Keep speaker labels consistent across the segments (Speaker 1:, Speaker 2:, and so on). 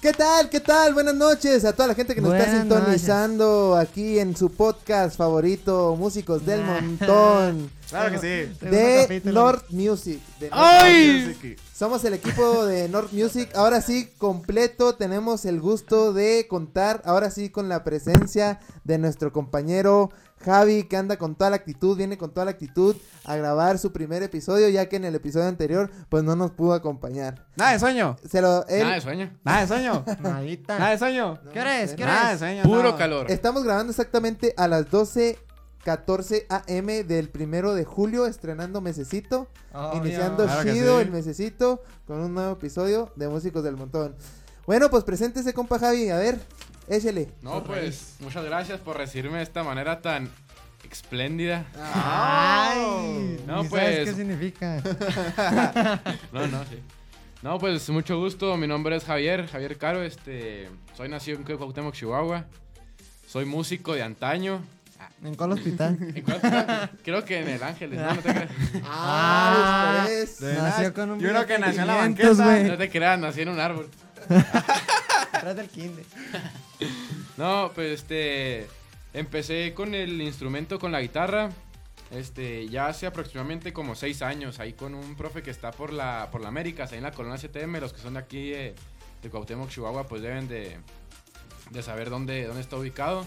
Speaker 1: ¿Qué tal? ¿Qué tal? Buenas noches a toda la gente que nos está
Speaker 2: Buenas
Speaker 1: sintonizando aquí en su podcast favorito, Músicos del
Speaker 2: Nah.
Speaker 1: Montón,
Speaker 3: Claro que sí.
Speaker 1: de North Music. de North
Speaker 3: ¡Ay!
Speaker 1: Somos el equipo de North Music. Ahora sí, completo, tenemos el gusto de contar, ahora sí, con la presencia de nuestro compañero Javi, que anda con toda la actitud, viene con toda la actitud a grabar su primer episodio, ya que en el episodio anterior, pues no nos pudo acompañar.
Speaker 3: Nada de sueño.
Speaker 1: Se lo, él-
Speaker 4: Nada de sueño.
Speaker 3: Nada de sueño.
Speaker 2: Nadita.
Speaker 3: Nada de sueño.
Speaker 2: ¿Qué hora es? ¿Qué
Speaker 3: Nada
Speaker 2: hora
Speaker 3: de
Speaker 2: es?
Speaker 3: sueño.
Speaker 4: Puro
Speaker 3: no.
Speaker 4: calor.
Speaker 1: Estamos grabando exactamente a las 12.14 AM del primero de julio, estrenando Mesecito, iniciando
Speaker 3: Claro que
Speaker 1: chido
Speaker 3: sí.
Speaker 1: el Mesecito con un nuevo episodio de Músicos del Montón. Bueno, pues preséntese, compa Javi, a ver, échele.
Speaker 4: No, pues, muchas gracias por recibirme de esta manera tan espléndida.
Speaker 2: Ay,
Speaker 4: No,
Speaker 2: ni ¿Sabes
Speaker 4: pues.
Speaker 2: qué significa?
Speaker 4: No, no, sí. No, pues, mucho gusto. Mi nombre es Javier, Javier Caro. Este, soy nacido en Cuauhtémoc, Chihuahua. Soy músico de antaño.
Speaker 2: ¿En cuál hospital?
Speaker 4: ¿En cuál hospital? Creo que en el Ángeles, ¿no? No te creas.
Speaker 2: Ah,
Speaker 1: pues,
Speaker 3: De
Speaker 2: Nació
Speaker 3: nada.
Speaker 2: con un
Speaker 3: Yo creo
Speaker 2: billete
Speaker 3: que nació en la
Speaker 2: 500,
Speaker 3: banqueta.
Speaker 2: güey.
Speaker 4: No te creas, nací en un árbol.
Speaker 2: Atrás del kinder.
Speaker 4: No, pues este. Empecé con el instrumento, con la guitarra. Este, ya hace aproximadamente como seis años, ahí con un profe que está por la, por la Américas, ahí en la colonia CTM, los que son de aquí eh, de Cuauhtémoc, Chihuahua, pues deben de, de saber dónde, dónde está ubicado.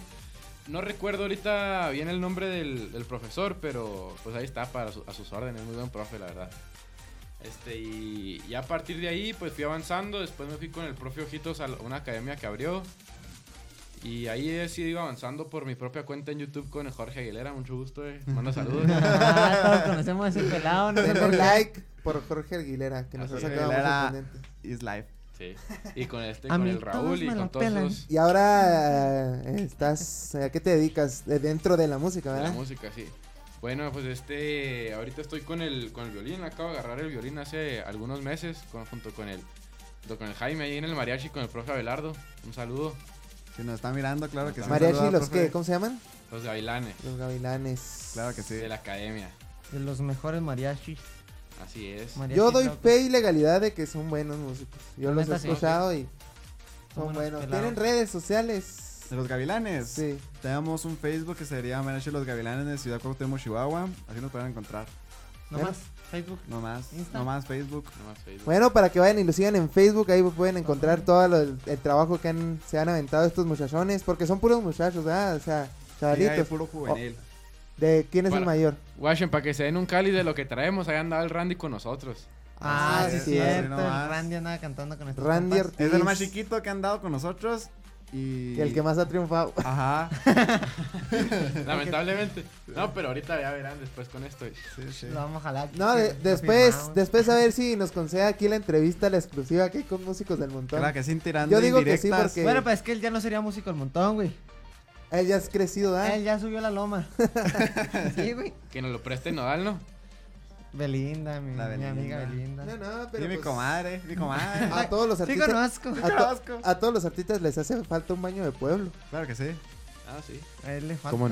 Speaker 4: No recuerdo ahorita bien el nombre del, del profesor, pero pues ahí está, para su- a sus órdenes, muy buen profe, la verdad. Este, y ya a partir de ahí, pues fui avanzando, después me fui con el profe Ojitos a la- una academia que abrió, y ahí he seguido avanzando por mi propia cuenta en YouTube con el Jorge Aguilera. Mucho gusto, eh. Manda saludos.
Speaker 2: Ah, todos conocemos a ese pelado, no sé por
Speaker 1: denle
Speaker 2: qué.
Speaker 1: like por Jorge Aguilera, que nos ha
Speaker 4: Jorge
Speaker 1: sacado
Speaker 3: Aguilera.
Speaker 1: muchos pendientes.
Speaker 3: Is life.
Speaker 4: Sí. Y con este,
Speaker 2: A
Speaker 4: con
Speaker 2: mí
Speaker 4: el
Speaker 2: todos
Speaker 4: Raúl y
Speaker 2: me
Speaker 4: con
Speaker 2: la
Speaker 4: todos
Speaker 2: pelan.
Speaker 4: los
Speaker 1: Y ahora eh, estás, ¿a qué te dedicas? De dentro de la música,
Speaker 4: de la
Speaker 3: ¿Eh?
Speaker 1: ¿verdad?
Speaker 4: música, sí. Bueno, pues este, ahorita estoy con el, con el violín. Acabo de agarrar el violín hace algunos meses con- junto con el, junto con el Jaime ahí en el mariachi con el profe Abelardo. Un saludo.
Speaker 3: Si nos está mirando, claro que sí.
Speaker 1: Mariachi,
Speaker 3: Saluda,
Speaker 1: ¿los
Speaker 3: profe.
Speaker 1: qué? ¿Cómo se llaman?
Speaker 4: Los gavilanes
Speaker 1: Los gavilanes.
Speaker 3: Claro que sí.
Speaker 4: de la academia.
Speaker 2: De los mejores mariachis.
Speaker 4: Así es.
Speaker 2: mariachis
Speaker 1: Yo doy
Speaker 2: locos.
Speaker 1: fe y legalidad de que son buenos músicos. Yo
Speaker 2: La
Speaker 1: los he
Speaker 2: neta, sí.
Speaker 1: escuchado y
Speaker 2: Son
Speaker 1: son
Speaker 2: buenos
Speaker 1: buenos.
Speaker 2: pelados.
Speaker 1: Tienen redes sociales.
Speaker 3: De los gavilanes.
Speaker 1: Sí.
Speaker 3: Tenemos un Facebook que sería Mariachi Los Gavilanes de Ciudad Cuauhtémoc, Chihuahua. Así nos pueden encontrar.
Speaker 1: ¿Eh?
Speaker 2: No más. Facebook.
Speaker 3: No más.
Speaker 2: Insta.
Speaker 3: No más Facebook.
Speaker 4: No más Facebook.
Speaker 1: Bueno, para que vayan y lo sigan en Facebook, ahí pueden encontrar todo lo- el trabajo que han, se han aventado estos muchachones, porque son puros muchachos, ¿verdad? O sea,
Speaker 3: Sí, hay
Speaker 1: chavalitos.
Speaker 3: puro juvenil.
Speaker 1: Oh. ¿De quién es el
Speaker 4: Para-
Speaker 1: mayor?
Speaker 4: Guachen, para que se den un cáliz de lo que traemos, ahí andaba el Randy con nosotros.
Speaker 2: Ah,
Speaker 1: Ah,
Speaker 2: sí,
Speaker 1: sí, sí,
Speaker 2: cierto.
Speaker 3: no
Speaker 2: el
Speaker 3: más.
Speaker 2: Randy andaba cantando con estos
Speaker 1: Randy
Speaker 2: compas.
Speaker 3: Es el más
Speaker 1: Ortiz,
Speaker 3: chiquito que han dado con nosotros. Y.
Speaker 1: El que más ha triunfado.
Speaker 3: Ajá.
Speaker 4: Lamentablemente. No, pero ahorita ya verán después con esto.
Speaker 3: Sí, sí.
Speaker 2: Lo vamos a jalar.
Speaker 1: No, de- después, después a ver si nos concede aquí la entrevista, la exclusiva que hay con músicos del montón.
Speaker 3: Claro que sí, tirando
Speaker 1: Yo digo que sí,
Speaker 3: indirectas.
Speaker 1: porque-
Speaker 2: Bueno, pues es que él ya no sería músico el montón, güey.
Speaker 1: Él ya has crecido, ¿verdad?
Speaker 2: Él ya subió la loma. sí, güey.
Speaker 4: Que nos lo preste Nodal, ¿no?
Speaker 2: Belinda, mi,
Speaker 3: La
Speaker 2: mi
Speaker 3: Belinda.
Speaker 2: amiga Belinda.
Speaker 1: No, no,
Speaker 3: Y
Speaker 1: pero
Speaker 3: mi
Speaker 1: pues, Ah.
Speaker 3: comadre, mi comadre.
Speaker 1: a todos los
Speaker 2: Sí
Speaker 1: artistas.
Speaker 2: conozco.
Speaker 1: a, to-
Speaker 3: Conozco.
Speaker 1: a todos los artistas les hace falta un baño de pueblo.
Speaker 3: Claro que sí.
Speaker 4: Ah, sí.
Speaker 2: A él le falta.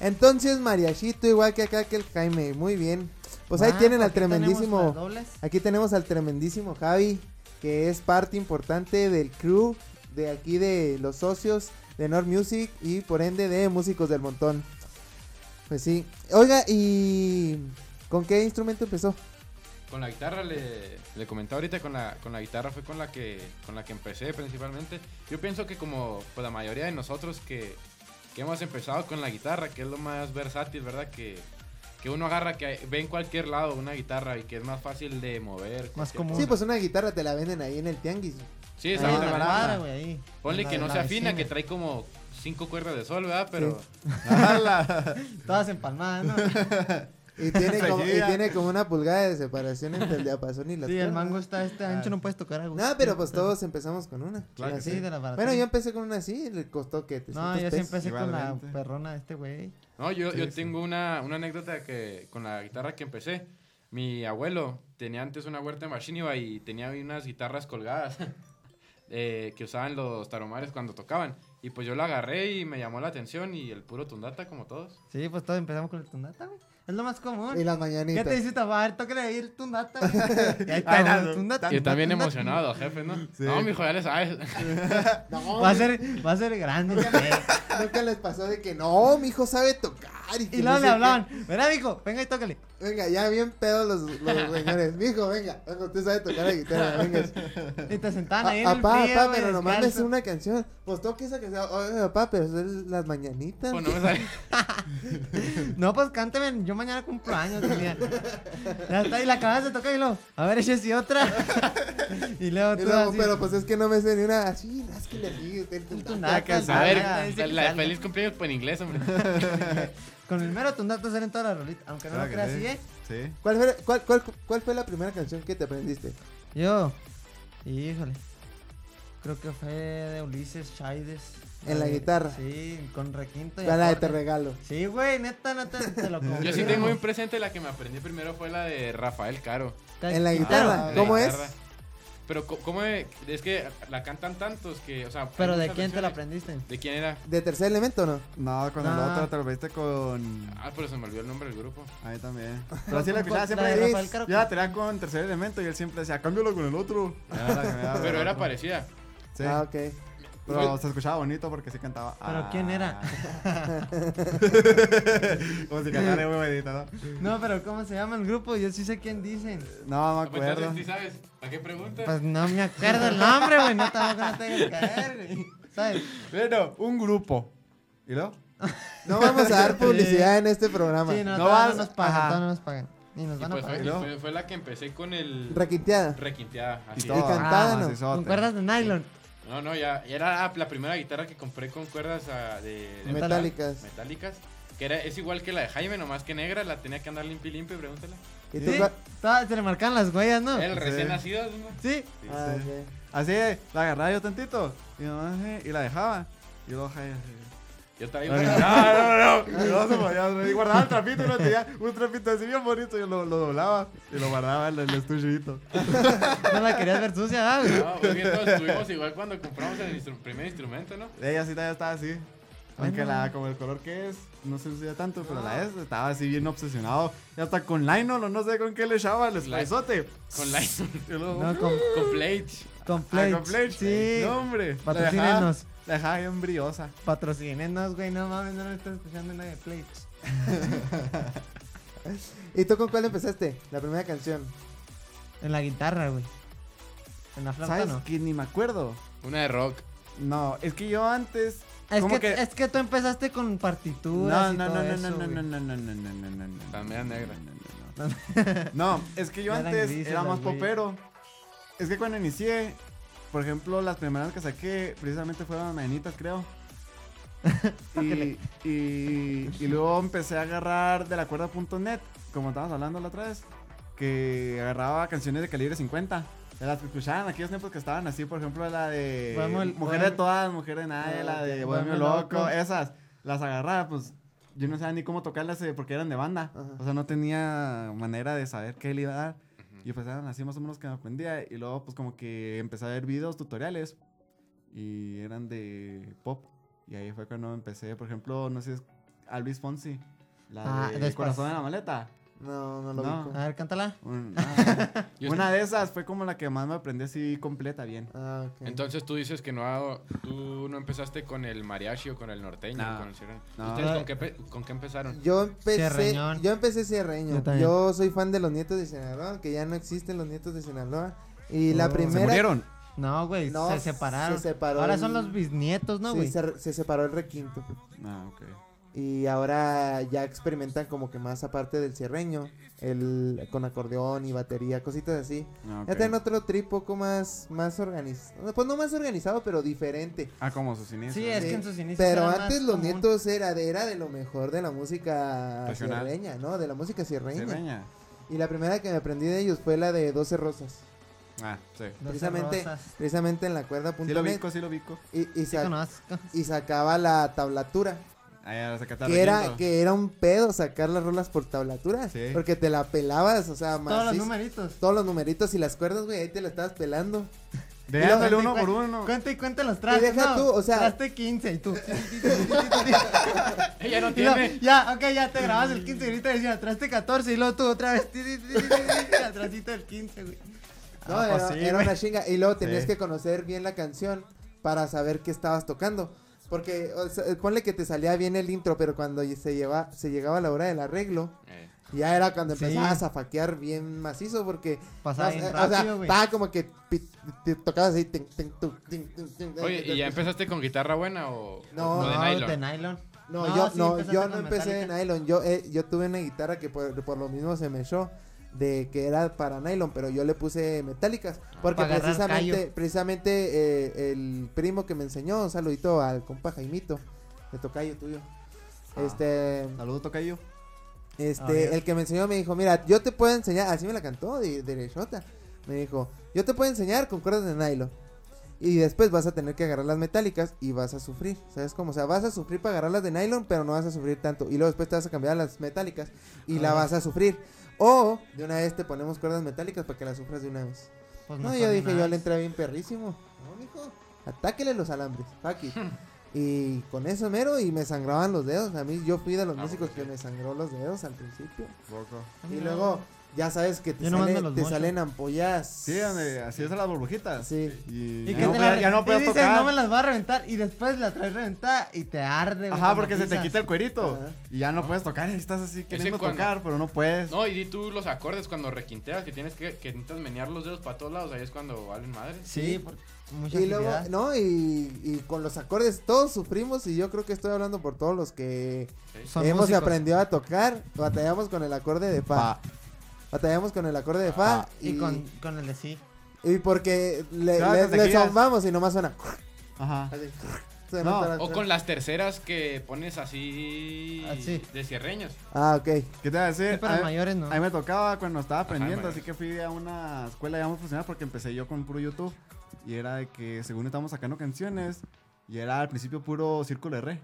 Speaker 1: Entonces, Mariachito, igual que acá que el Jaime, muy bien. Pues ahí
Speaker 2: Ah,
Speaker 1: tienen al
Speaker 2: aquí tenemos las
Speaker 1: tremendísimo.
Speaker 2: dobles.
Speaker 1: Aquí tenemos al tremendísimo Javi, que es parte importante del crew de aquí de los socios de Nord Music y por ende de Músicos del Montón. Pues sí. Oiga, ¿y con qué instrumento empezó?
Speaker 4: Con la guitarra le, le comentaba ahorita con la, con la guitarra fue con la que con la que empecé principalmente. Yo pienso que como pues, la mayoría de nosotros que, que hemos empezado con la guitarra, que es lo más versátil, ¿verdad? Que, que uno agarra que ve en cualquier lado una guitarra y que es más fácil de mover.
Speaker 2: Más
Speaker 4: cualquier
Speaker 2: común.
Speaker 4: cosa.
Speaker 1: Sí, pues una guitarra te la venden ahí en el tianguis.
Speaker 4: Sí,
Speaker 2: Ahí en la
Speaker 4: exactamente.
Speaker 3: barata.
Speaker 2: cuadra, güey, ahí.
Speaker 4: Ponle
Speaker 2: En Ah, la
Speaker 4: que
Speaker 2: de
Speaker 4: no
Speaker 2: la
Speaker 4: se afina, que
Speaker 2: vecina.
Speaker 4: trae como cinco cuerdas de sol, ¿verdad? Pero
Speaker 3: ¡Hala!
Speaker 2: Todas empalmadas, ¿no?
Speaker 1: Y tiene, como, y
Speaker 3: Fallida.
Speaker 1: tiene como una pulgada de separación entre el diapasón y la
Speaker 2: sí, el
Speaker 1: cuerda.
Speaker 2: mango está este ancho, no puedes tocar a gusto.
Speaker 1: No, pero pues todos empezamos con una.
Speaker 3: Claro que
Speaker 1: Así.
Speaker 2: Sí, de la barata.
Speaker 1: Bueno, yo empecé con una así, le costó que te
Speaker 2: No, yo sí empecé con la
Speaker 3: Igualmente.
Speaker 2: perrona de este güey.
Speaker 4: No, yo,
Speaker 3: Sí,
Speaker 4: yo
Speaker 3: sí.
Speaker 4: tengo una, una anécdota que con la guitarra que empecé. Mi abuelo tenía antes una huerta en Machiniva y tenía ahí unas guitarras colgadas eh, que usaban los taromares cuando tocaban. Y pues yo la agarré y me llamó la atención y el puro tundata como todos.
Speaker 2: Sí, pues todos empezamos con el tundata, güey. Es lo más común.
Speaker 1: Y las
Speaker 2: ¿Qué te
Speaker 1: mañanitas.
Speaker 2: dice Tabar? Tócale ahí el tundata. güey. Y ahí está,
Speaker 3: Ay, no,
Speaker 2: tundata.
Speaker 4: Y también
Speaker 2: tundata.
Speaker 4: emocionado, jefe, ¿no? No, mijo, ya le sabes.
Speaker 1: No,
Speaker 2: Va a ser, va a ser grande. güey.
Speaker 1: Nunca les pasó de que no, mi hijo sabe tocar. Y, que
Speaker 2: Y
Speaker 1: no
Speaker 2: luego
Speaker 1: sé
Speaker 2: le
Speaker 1: qué.
Speaker 2: hablaban, verá, mijo, venga y tócale.
Speaker 1: Venga, ya bien pedo los, los señores. Mijo, venga, venga, usted sabe tocar la guitarra, venga.
Speaker 2: Y te sentaban ahí en el
Speaker 1: Papá,
Speaker 2: frío,
Speaker 1: papá,
Speaker 2: güey,
Speaker 1: pero nomás me sé
Speaker 2: descalzo.
Speaker 1: una canción. Pues toque esa que sea. Oye, papá, pero son las mañanitas.
Speaker 4: Pues no me sale.
Speaker 2: No, pues cántame, yo mañana cumplo años, decía. Ya está, y la acabas de tocar y luego, a ver, échese otra. y luego
Speaker 1: Y
Speaker 2: tú
Speaker 1: luego,
Speaker 2: así,
Speaker 1: pero pues es que no me sé ni una así, rásquele así, usted
Speaker 2: tundata,
Speaker 1: tundata.
Speaker 4: A
Speaker 2: tundata,
Speaker 4: ver,
Speaker 2: dice que
Speaker 4: la de
Speaker 2: salga.
Speaker 4: feliz cumpleaños pues en inglés, hombre.
Speaker 2: Con el mero tundato salen todas las rolitas, aunque no lo
Speaker 3: Claro que
Speaker 2: creas,
Speaker 3: sí.
Speaker 2: sí, ¿eh?
Speaker 3: Sí.
Speaker 1: ¿Cuál fue, cuál, cuál, ¿Cuál fue la primera canción que te aprendiste?
Speaker 2: Yo, híjole, creo que fue de Ulises Chávez.
Speaker 1: En la
Speaker 2: Eh,
Speaker 1: guitarra.
Speaker 2: Sí, con requinto. y
Speaker 1: Fue la de Te
Speaker 2: acorde.
Speaker 1: Regalo.
Speaker 2: Sí, güey, neta, neta, te lo
Speaker 4: Yo sí
Speaker 2: confirmo.
Speaker 4: tengo muy presente la que me aprendí primero fue la de Rafael Caro.
Speaker 1: En la
Speaker 2: Claro.
Speaker 1: guitarra.
Speaker 4: La
Speaker 1: ¿Cómo es?
Speaker 4: guitarra. Pero co- cómo es, es que la cantan tantos que, o sea, hay
Speaker 2: Pero ¿de
Speaker 4: muchas
Speaker 2: quién te la
Speaker 4: versiones.
Speaker 2: aprendiste?
Speaker 4: ¿De quién era?
Speaker 1: ¿De tercer elemento o no?
Speaker 3: No, con el
Speaker 2: No.
Speaker 3: otro te lo viste con.
Speaker 4: Ah, pero se me olvidó el nombre del grupo.
Speaker 3: A mí también. Pero así la
Speaker 2: ¿Con- con
Speaker 3: final siempre
Speaker 2: la de
Speaker 3: es-
Speaker 2: Rafael Caro?
Speaker 3: Yo la tenía con tercer elemento y él siempre decía, cámbialo con el otro. Era Ah, la que me daba
Speaker 4: Pero
Speaker 3: el
Speaker 4: era
Speaker 3: otro.
Speaker 4: parecida.
Speaker 3: Sí.
Speaker 1: Ah, ok.
Speaker 3: Pero se escuchaba bonito porque sí cantaba.
Speaker 2: ¿Pero
Speaker 3: "Ah".
Speaker 2: quién era?
Speaker 3: Como si cantara muy bonito, ¿no?
Speaker 2: No, pero ¿cómo se llama el grupo? Yo sí sé quién dicen.
Speaker 3: No, me
Speaker 4: Ah, pues, entonces,
Speaker 3: acuerdo.
Speaker 4: ¿sí sabes? ¿Para qué preguntas?
Speaker 2: Pues no me acuerdo el nombre, güey. No tampoco no te voy a caer, güey. ¿Sabes?
Speaker 3: Pero un grupo. ¿Y luego?
Speaker 1: No vamos a dar publicidad en este programa.
Speaker 2: Sí, no,
Speaker 3: No
Speaker 2: no,
Speaker 3: vas-
Speaker 2: no nos pagan,
Speaker 3: ajá.
Speaker 2: todavía no nos pagan. Ni nos
Speaker 4: Y
Speaker 2: van a
Speaker 4: pues fue,
Speaker 2: pagar.
Speaker 4: y
Speaker 3: ¿no?
Speaker 4: fue- fue la que empecé con el
Speaker 1: Requinteada.
Speaker 4: requinteada. así
Speaker 3: todo. Ah,
Speaker 1: Y
Speaker 4: es.
Speaker 1: cantada, ¿no?
Speaker 3: macizote.
Speaker 2: Con cuerdas de nylon.
Speaker 4: No, no, ya, ya era ah, la primera guitarra que compré con cuerdas ah, de, de
Speaker 1: Metálicas.
Speaker 4: metálicas. Que era, es igual que la de Jaime, nomás que negra, la tenía que andar limpi limpi, pregúntale.
Speaker 1: ¿Y tú
Speaker 2: Sí,
Speaker 1: cuál-
Speaker 2: todas se le marcan las huellas, ¿no?
Speaker 4: El
Speaker 3: Sí.
Speaker 4: recién nacido, ¿no?
Speaker 2: Sí.
Speaker 3: Sí,
Speaker 1: Ah,
Speaker 3: sí.
Speaker 1: ok.
Speaker 3: Así, la agarraba yo tantito. Y, nomás, eh, y la dejaba. Y luego Jaime así.
Speaker 4: Yo traigo.
Speaker 3: No,
Speaker 4: Ah,
Speaker 3: no, no, no. Y luego se ponía, y guardaba el trapito y lo tenía un trapito así bien bonito. Y lo, lo doblaba y lo guardaba en el estuchito.
Speaker 2: No la querías ver sucia, ¿verdad, güey?
Speaker 4: No, muy bien, todos estuvimos igual cuando compramos el instru- primer instrumento, ¿no?
Speaker 3: Ella sí todavía estaba así. Aunque
Speaker 2: Bueno.
Speaker 3: la, como el color que es, no se lucía tanto, pero la es, estaba así bien obsesionado. Y hasta con Lionel o no sé con qué le echaba el sprayzote.
Speaker 4: Con la
Speaker 3: Y luego,
Speaker 2: No, con,
Speaker 4: Ah, con plates.
Speaker 2: con
Speaker 3: ah,
Speaker 2: plates.
Speaker 3: con Fletch.
Speaker 2: Sí.
Speaker 3: No, hombre. la
Speaker 2: Patrocínenos.
Speaker 3: dejaba- La dejaba bien brillosa.
Speaker 2: Patrocínenos, güey. No mames, no me está escuchando nadie de plates.
Speaker 1: ¿Y tú con cuál empezaste? La primera canción.
Speaker 2: En la guitarra, güey. En la flauta,
Speaker 3: ¿Sabes?
Speaker 2: no.
Speaker 3: Que ni me acuerdo.
Speaker 4: Una de rock.
Speaker 3: No, es que yo antes.
Speaker 2: Es
Speaker 3: como
Speaker 2: que, es que tú empezaste con
Speaker 3: No,
Speaker 2: partituras. y
Speaker 3: no, no,
Speaker 2: todo
Speaker 3: no,
Speaker 2: eso,
Speaker 3: no, no,
Speaker 2: güey.
Speaker 3: no, no, no, no, no, no, no, no.
Speaker 4: También negra.
Speaker 3: No, no, no. No, es que yo
Speaker 2: Ya eran
Speaker 3: antes
Speaker 2: grises
Speaker 3: era
Speaker 2: las
Speaker 3: más
Speaker 2: güeyes.
Speaker 3: popero. Es que cuando inicié, por ejemplo, las primeras que saqué precisamente fueron mañanitas, creo. Y, y, y luego empecé a agarrar de la cuerda.net, como estábamos hablando la otra vez, que agarraba canciones de calibre 50. De las que escuchaban aquellos tiempos que estaban así, por ejemplo, la de
Speaker 2: Bohemio-
Speaker 3: Mujer de
Speaker 2: Bohemio-
Speaker 3: Todas, Mujer Ah, de Nadie, la de Bohemio
Speaker 2: Bohemio
Speaker 3: Loco,
Speaker 2: Loco.
Speaker 3: esas. Las agarraba, pues yo no sabía ni cómo tocarlas eh, porque eran de banda.
Speaker 1: Ajá.
Speaker 3: O sea, no tenía manera de saber qué le iba a dar. Y pues eran así más o menos que me aprendía. Y luego, pues como que empecé a ver videos, tutoriales. Y eran de pop. Y ahí fue cuando empecé, por ejemplo, no sé, a Luis Fonsi. La
Speaker 2: Ah,
Speaker 3: de
Speaker 2: después.
Speaker 3: Corazón en la maleta.
Speaker 1: No, no lo
Speaker 3: No.
Speaker 1: ubico.
Speaker 2: A ver, cántala.
Speaker 3: Un- ah,
Speaker 4: Yo-
Speaker 3: una de esas fue como la que más me aprendí así completa, bien.
Speaker 1: Ah, ok.
Speaker 4: Entonces tú dices que no hago- tú no empezaste con el mariachi o con el norteño.
Speaker 3: No.
Speaker 4: con el sirena.
Speaker 3: No.
Speaker 4: ¿Ustedes con qué, pe- con qué empezaron?
Speaker 1: Yo empecé,
Speaker 2: Sierreñón.
Speaker 1: yo empecé Sierreño.
Speaker 2: Yo
Speaker 1: Yo,
Speaker 2: también.
Speaker 1: soy fan de los nietos de Sinaloa, que ya no existen los nietos de Sinaloa. Y la
Speaker 2: Oh. ¿Se
Speaker 1: primera.
Speaker 2: No, güey,
Speaker 1: No,
Speaker 2: se separaron.
Speaker 1: se separó
Speaker 2: Ahora
Speaker 1: el-
Speaker 2: son los bisnietos, ¿no,
Speaker 1: Sí,
Speaker 2: güey?
Speaker 1: se, re- se separó el requinto.
Speaker 3: Ah, ok.
Speaker 1: Y ahora ya experimentan como que más aparte del Sierreño, el, con acordeón y batería, cositas así.
Speaker 3: Ah,
Speaker 1: Ya
Speaker 3: ok.
Speaker 1: tienen otro trip poco más, más organizado. Pues no más organizado, pero diferente.
Speaker 3: Ah, como sus inicios.
Speaker 2: Sí, es que en sus inicios.
Speaker 1: Pero
Speaker 2: era más
Speaker 1: antes los
Speaker 2: común.
Speaker 1: nietos era de, era de lo mejor de la música
Speaker 3: Regional.
Speaker 1: sierreña, ¿no? De la música sierreña.
Speaker 3: Sirreña.
Speaker 1: Y la primera que me aprendí de ellos fue la de 12 rosas.
Speaker 3: Ah, sí.
Speaker 2: Doce
Speaker 1: precisamente,
Speaker 2: rosas.
Speaker 1: precisamente en la cuerda
Speaker 3: Sí lo
Speaker 1: cuerda.net
Speaker 3: bico, sí lo bico.
Speaker 1: y, y,
Speaker 2: Sí
Speaker 1: sa-
Speaker 2: conozco.
Speaker 1: y sacaba la tablatura.
Speaker 3: Ahí ahora se cata
Speaker 1: Que era,
Speaker 3: requinto.
Speaker 1: que era un pedo sacar las rolas por tablatura.
Speaker 3: Sí.
Speaker 1: Porque te la pelabas, o sea,
Speaker 2: Todos los
Speaker 1: macizo.
Speaker 2: numeritos.
Speaker 1: Todos los numeritos y las cuerdas, güey, ahí te la estabas pelando.
Speaker 3: De
Speaker 1: Y luego-
Speaker 3: dale uno
Speaker 2: Cuenta y
Speaker 3: por
Speaker 2: cuen-
Speaker 3: uno.
Speaker 2: Cuenta y cuenta los trastes.
Speaker 1: Y deja
Speaker 2: no,
Speaker 1: tú, o sea-
Speaker 2: Traste 15 y tú.
Speaker 4: Ella no
Speaker 2: Y luego,
Speaker 4: tiene.
Speaker 2: ya, ok, ya te grabas el 15 y ahorita decía, traste 14 y luego tú otra vez. ti, ti, ti, ti, ti, ti, Atrasito el 15, güey.
Speaker 1: No,
Speaker 2: Ah,
Speaker 1: era,
Speaker 2: pues sí,
Speaker 1: era
Speaker 2: güey.
Speaker 1: una chinga. Y luego tenías
Speaker 2: Sí.
Speaker 1: que conocer bien la canción para saber qué estabas tocando. Porque o sea, ponle que te salía bien el intro, pero cuando se, lleva, se llegaba la hora del arreglo,
Speaker 4: Eh,
Speaker 1: ya era cuando
Speaker 2: Sí.
Speaker 1: empezabas a faquear bien macizo. Porque
Speaker 2: Pasaba
Speaker 1: no sé,
Speaker 2: bien
Speaker 1: o sea,
Speaker 2: rápido, güey.
Speaker 1: estaba como que pi- te tocabas así. tin, tin, tu, tin, tin, tin,
Speaker 4: Oye,
Speaker 1: tin,
Speaker 4: ¿y ya
Speaker 1: tin.
Speaker 4: empezaste con guitarra buena o,
Speaker 1: No,
Speaker 4: o de
Speaker 2: No,
Speaker 4: nylon?
Speaker 2: de nylon.
Speaker 1: No,
Speaker 2: No,
Speaker 1: yo,
Speaker 2: sí,
Speaker 1: no,
Speaker 2: empezaste
Speaker 1: yo
Speaker 2: con
Speaker 1: no empecé de
Speaker 2: Metallica.
Speaker 1: nylon. Yo, eh, yo tuve una guitarra que por, por lo mismo se me echó de que era para nylon, pero yo le puse metálicas. Porque
Speaker 2: para agarrar
Speaker 1: precisamente,
Speaker 2: callo.
Speaker 1: precisamente eh, el primo que me enseñó, un saludito al compa Jaimito, de tocayo tuyo.
Speaker 3: Ah.
Speaker 1: Este,
Speaker 3: Saludos, Tocayo.
Speaker 2: Ah, bien.
Speaker 1: este, el que me enseñó me dijo, mira, yo te puedo enseñar, así me la cantó de, de Shota. Me dijo, yo te puedo enseñar con cuerdas de nylon. Y después vas a tener que agarrar las metálicas y vas a sufrir. ¿Sabes cómo? O sea, vas a sufrir para agarrar las de nylon, pero no vas a sufrir tanto. Y luego después te vas a cambiar a las metálicas y la
Speaker 2: Ah.
Speaker 1: vas a sufrir. O de una vez te ponemos cuerdas metálicas para que las sufras de una vez.
Speaker 2: Pues
Speaker 1: No,
Speaker 2: está
Speaker 1: yo
Speaker 2: bien
Speaker 1: dije,
Speaker 2: nada.
Speaker 1: yo le entré bien perrísimo. No, mijo, atáquele los alambres, Paqui.
Speaker 2: Hmm.
Speaker 1: y con eso mero, y me sangraban los dedos. A mí, yo fui de los
Speaker 4: Ah,
Speaker 1: músicos
Speaker 4: bueno,
Speaker 1: que
Speaker 4: sí.
Speaker 1: me sangró los dedos al principio.
Speaker 3: Poco.
Speaker 1: Y luego, ya sabes que
Speaker 2: Ah, Yo
Speaker 1: te,
Speaker 2: nomás
Speaker 1: sale-
Speaker 2: me los
Speaker 1: te
Speaker 2: mocho.
Speaker 1: salen ampollas.
Speaker 3: Sí, donde así es a las burbujitas.
Speaker 1: Sí.
Speaker 3: Y,
Speaker 2: Y
Speaker 3: ya,
Speaker 2: que
Speaker 3: no
Speaker 2: te
Speaker 3: podía-
Speaker 2: la-
Speaker 3: ya no
Speaker 2: y
Speaker 3: podías
Speaker 2: dices,
Speaker 3: tocar.
Speaker 2: no me las va a reventar. Y después la traes reventada y te arde. güey,
Speaker 3: Ajá,
Speaker 2: con
Speaker 3: porque se te
Speaker 2: matizas.
Speaker 3: quita el cuerito.
Speaker 1: Ajá.
Speaker 3: Y ya no puedes tocar. y Estás así queriendo
Speaker 4: cuando-
Speaker 3: tocar, pero no puedes.
Speaker 4: No, y di tú los acordes cuando requinteas, que tienes que, que necesitas menear los dedos para todos lados, ahí es cuando valen madre.
Speaker 2: Sí, por mucha
Speaker 1: Y luego,
Speaker 2: agilidad.
Speaker 1: ¿no? Y, y con los acordes todos sufrimos y yo creo que estoy hablando por todos los que
Speaker 2: Son
Speaker 1: hemos
Speaker 2: músicos.
Speaker 1: aprendido a tocar. Batallamos con el acorde de fa.
Speaker 3: Pa.
Speaker 1: Batallamos con el acorde de fa.
Speaker 3: Ah.
Speaker 2: Y con, con el de sí.
Speaker 1: y porque le,
Speaker 3: Claro,
Speaker 1: le,
Speaker 3: con
Speaker 1: le
Speaker 3: tequilas.
Speaker 1: zumbamos y nomás suena.
Speaker 3: Ajá.
Speaker 1: Así. Suena
Speaker 3: No,
Speaker 1: toda la-
Speaker 4: O con las terceras que pones así,
Speaker 2: Así.
Speaker 4: de cierreños.
Speaker 1: Ah, ok.
Speaker 3: ¿Qué te iba a decir?
Speaker 2: Es para
Speaker 3: A-
Speaker 2: mayores, ¿no?
Speaker 3: A mí me tocaba cuando estaba aprendiendo,
Speaker 4: mayor.
Speaker 3: así que fui a una escuela, digamos, profesional, porque empecé yo con puro YouTube. Y era de que, según estábamos sacando canciones, y era al principio puro círculo de re.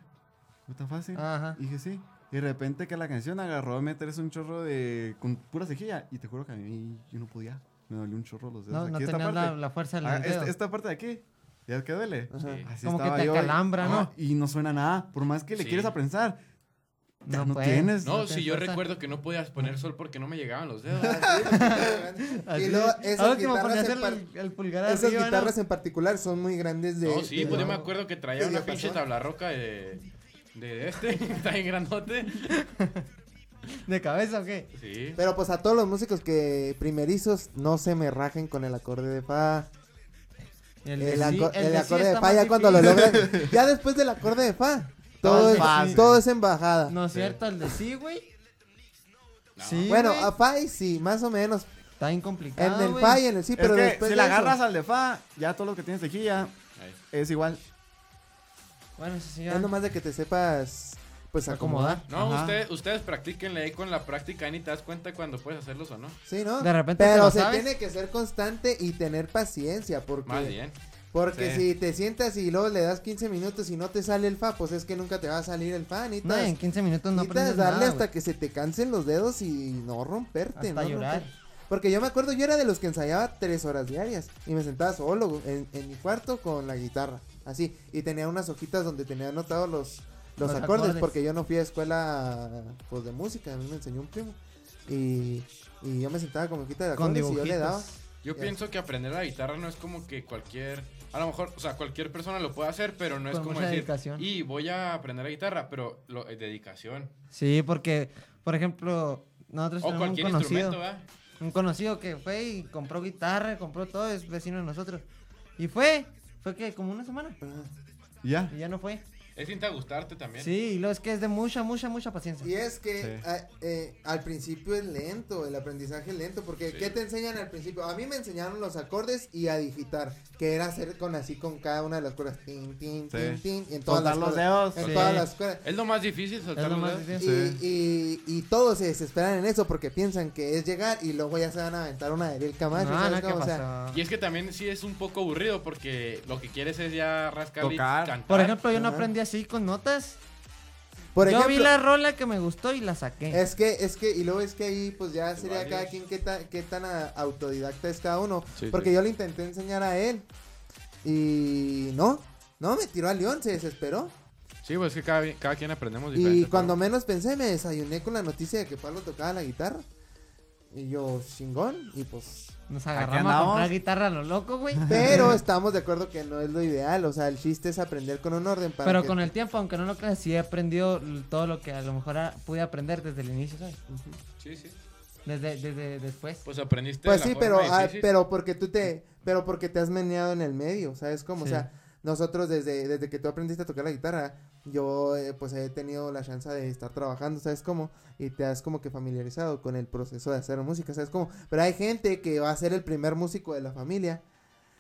Speaker 3: ¿No tan fácil?
Speaker 2: Ajá.
Speaker 3: Y dije, sí. Y de repente que la canción agarró a meterse un chorro de... con pura cejilla. Y te juro que a mí yo no podía. Me dolió un chorro los dedos.
Speaker 2: No, no
Speaker 3: Aquí, esta
Speaker 2: tenías la,
Speaker 3: parte.
Speaker 2: la fuerza del
Speaker 3: Ah,
Speaker 2: dedo.
Speaker 1: este,
Speaker 3: esta, esta parte de aquí. ¿Ya que duele?
Speaker 1: Ajá.
Speaker 4: Sí.
Speaker 3: Así
Speaker 2: Como que
Speaker 3: estaba
Speaker 2: te
Speaker 3: yo, y-
Speaker 2: acalambra, ¿no?
Speaker 3: Ajá, Y no suena nada. Por más que le
Speaker 4: Sí.
Speaker 3: quieres aprensar, ya
Speaker 2: No
Speaker 3: no,
Speaker 2: puedes.
Speaker 3: tienes.
Speaker 4: No,
Speaker 2: no
Speaker 4: si
Speaker 2: tienes
Speaker 4: yo
Speaker 2: fuerza.
Speaker 4: recuerdo que no podías poner sol porque no me llegaban los dedos.
Speaker 2: Así.
Speaker 1: y luego
Speaker 2: Al
Speaker 1: esas
Speaker 2: último
Speaker 1: guitarras,
Speaker 2: ponías
Speaker 1: en,
Speaker 2: el,
Speaker 1: par-
Speaker 2: el pulgar
Speaker 1: esas
Speaker 2: arriba, ¿no?
Speaker 1: guitarras en particular son muy grandes de...
Speaker 4: no, sí,
Speaker 1: de-
Speaker 4: pues yo me acuerdo que traía
Speaker 1: Sí,
Speaker 4: una
Speaker 1: ya
Speaker 4: pinche
Speaker 1: pasó.
Speaker 4: tabla roca de, de este, está bien grandote.
Speaker 2: ¿De cabeza o qué?
Speaker 4: Sí.
Speaker 1: Pero pues a todos los músicos que primerizos no se me rajen con el acorde de fa. El,
Speaker 2: de sí-
Speaker 1: aco-
Speaker 2: el
Speaker 1: el
Speaker 2: de sí
Speaker 1: acorde de
Speaker 2: está
Speaker 1: fa
Speaker 2: más
Speaker 1: ya cuando lo
Speaker 2: difícil.
Speaker 1: logran. Ya después del acorde de fa.
Speaker 2: Todo
Speaker 1: Todo,
Speaker 2: es
Speaker 1: es,
Speaker 2: fácil.
Speaker 1: todo es embajada.
Speaker 2: No es cierto, el de sí, güey.
Speaker 4: No.
Speaker 2: Sí,
Speaker 1: bueno,
Speaker 2: güey.
Speaker 1: a fa y sí, más o menos.
Speaker 2: está bien complicado,
Speaker 1: En el
Speaker 2: güey.
Speaker 1: fa y en el sí, pero
Speaker 3: es que
Speaker 1: después
Speaker 3: si
Speaker 1: de
Speaker 3: la
Speaker 1: eso-
Speaker 3: agarras al de fa, ya todo lo que tienes aquí ya
Speaker 4: Ahí.
Speaker 3: es igual.
Speaker 2: Bueno, eso sí, ya.
Speaker 1: Es nomás de que te sepas pues acomodar.
Speaker 2: Acomodar.
Speaker 4: No,
Speaker 3: Ajá.
Speaker 4: ustedes, ustedes practíquenle ahí con la práctica, ahí ni te das cuenta cuando puedes hacerlos o no.
Speaker 1: Sí, ¿no?
Speaker 2: De repente te
Speaker 1: Pero
Speaker 2: lo
Speaker 1: se
Speaker 2: sabes.
Speaker 1: tiene que ser constante y tener paciencia porque
Speaker 4: Más bien.
Speaker 1: porque
Speaker 3: Sí.
Speaker 1: si te sientas y luego le das 15 minutos y no te sale el fa, pues es que nunca te va a salir el fa, ni
Speaker 2: No, en 15 minutos no aprendes
Speaker 1: Necesitas darle
Speaker 2: nada,
Speaker 1: hasta
Speaker 2: güey.
Speaker 1: que se te cansen los dedos y no romperte.
Speaker 2: Hasta
Speaker 1: no
Speaker 2: llorar.
Speaker 1: romperte. Porque yo me acuerdo, yo era de los que ensayaba tres horas diarias y me sentaba solo en, en mi cuarto con la guitarra, así. Y tenía unas hojitas donde tenía anotados los, los,
Speaker 2: Los
Speaker 1: acordes,
Speaker 2: acordes.
Speaker 1: porque yo no fui a escuela pues, de música, a mí me enseñó un primo. Y, y yo me sentaba con mi hojita de
Speaker 2: Con
Speaker 1: acordes y yo
Speaker 2: dibujitos.
Speaker 1: le daba.
Speaker 4: Yo
Speaker 1: Ya.
Speaker 4: pienso que aprender la guitarra no es como que cualquier, a lo mejor, o sea, cualquier persona lo puede hacer, pero no es
Speaker 2: Con
Speaker 4: como
Speaker 2: mucha
Speaker 4: decir,
Speaker 2: dedicación.
Speaker 4: y voy a aprender la guitarra, pero lo, eh, dedicación.
Speaker 2: Sí, porque, por ejemplo, nosotros
Speaker 4: O
Speaker 2: tenemos un
Speaker 4: cualquier
Speaker 2: conocido.
Speaker 4: instrumento, ¿verdad?
Speaker 2: Un conocido que fue y compró guitarra, compró todo, es vecino de nosotros. Y fue, fue que como una semana.
Speaker 3: Y ya.
Speaker 2: Y ya no fue.
Speaker 4: Es sin te gustarte también.
Speaker 2: Sí, y lo es que es de mucha, mucha, mucha paciencia.
Speaker 1: Y es que
Speaker 3: Sí.
Speaker 1: a- eh, al principio es lento, el aprendizaje es lento, porque
Speaker 4: Sí.
Speaker 1: ¿qué te enseñan al principio? A mí me enseñaron los acordes y a digitar, que era hacer con así con cada una de las cuerdas, tin, tin,
Speaker 3: Sí.
Speaker 1: tin, tin, y en todas
Speaker 3: Soltar
Speaker 1: las
Speaker 3: los
Speaker 1: cuerdas.
Speaker 3: dedos.
Speaker 1: En
Speaker 2: Sí.
Speaker 1: todas las cuerdas.
Speaker 4: Es lo más difícil soltar
Speaker 2: es lo
Speaker 4: los
Speaker 2: más
Speaker 4: dedos.
Speaker 1: Y,
Speaker 2: difícil.
Speaker 1: y, y todos se desesperan en eso porque piensan que es llegar y luego ya se van a aventar una de Ariel Camacho.
Speaker 2: No,
Speaker 1: ¿sabes
Speaker 2: no, ¿qué
Speaker 1: cómo? O sea,
Speaker 2: pasó?
Speaker 4: Y es que también sí es un poco aburrido porque lo que quieres es ya rascar y
Speaker 3: Tocar.
Speaker 4: cantar.
Speaker 2: Por ejemplo, yo no
Speaker 1: Ah, Ajá.
Speaker 2: aprendí así con notas.
Speaker 1: por
Speaker 2: yo
Speaker 1: ejemplo,
Speaker 2: vi la rola que me gustó y la saqué.
Speaker 1: Es que, es que, y luego es que ahí, pues ya
Speaker 4: De
Speaker 1: sería cada
Speaker 4: varios.
Speaker 1: quien qué, ta- qué tan a- autodidacta es cada uno.
Speaker 4: Sí,
Speaker 1: porque
Speaker 4: sí.
Speaker 1: yo le intenté enseñar a él Y no, no, me tiró a León, se desesperó.
Speaker 4: Sí, pues es que cada, cada quien aprendemos diferente.
Speaker 1: Y
Speaker 4: pero-
Speaker 1: cuando menos pensé, me desayuné con la noticia de que Pablo tocaba la guitarra. Y yo, chingón, y pues...
Speaker 2: Nos
Speaker 3: Aquí
Speaker 2: agarramos a
Speaker 3: andamos.
Speaker 2: comprar guitarra a lo loco, güey.
Speaker 1: Pero estamos de acuerdo que no es lo ideal, o sea, el chiste es aprender con un orden para
Speaker 2: Pero
Speaker 1: que-
Speaker 2: con el tiempo, aunque no lo creas, sí he aprendido l- todo lo que a lo mejor ah, pude aprender desde el inicio, ¿sabes?
Speaker 4: Sí, sí.
Speaker 2: Desde, desde después.
Speaker 4: Pues aprendiste.
Speaker 1: Pues
Speaker 4: de
Speaker 1: sí,
Speaker 4: la forma
Speaker 1: pero, ah,
Speaker 4: difícil.
Speaker 1: pero porque tú te... Pero porque te has meneado en el medio, ¿sabes cómo? O
Speaker 2: Sí.
Speaker 1: sea, nosotros desde, desde que tú aprendiste a tocar la guitarra, yo eh, pues he tenido la chance de estar trabajando, ¿sabes cómo? Y te has como que familiarizado con el proceso de hacer música, ¿sabes cómo? Pero hay gente que va a ser el primer músico de la familia.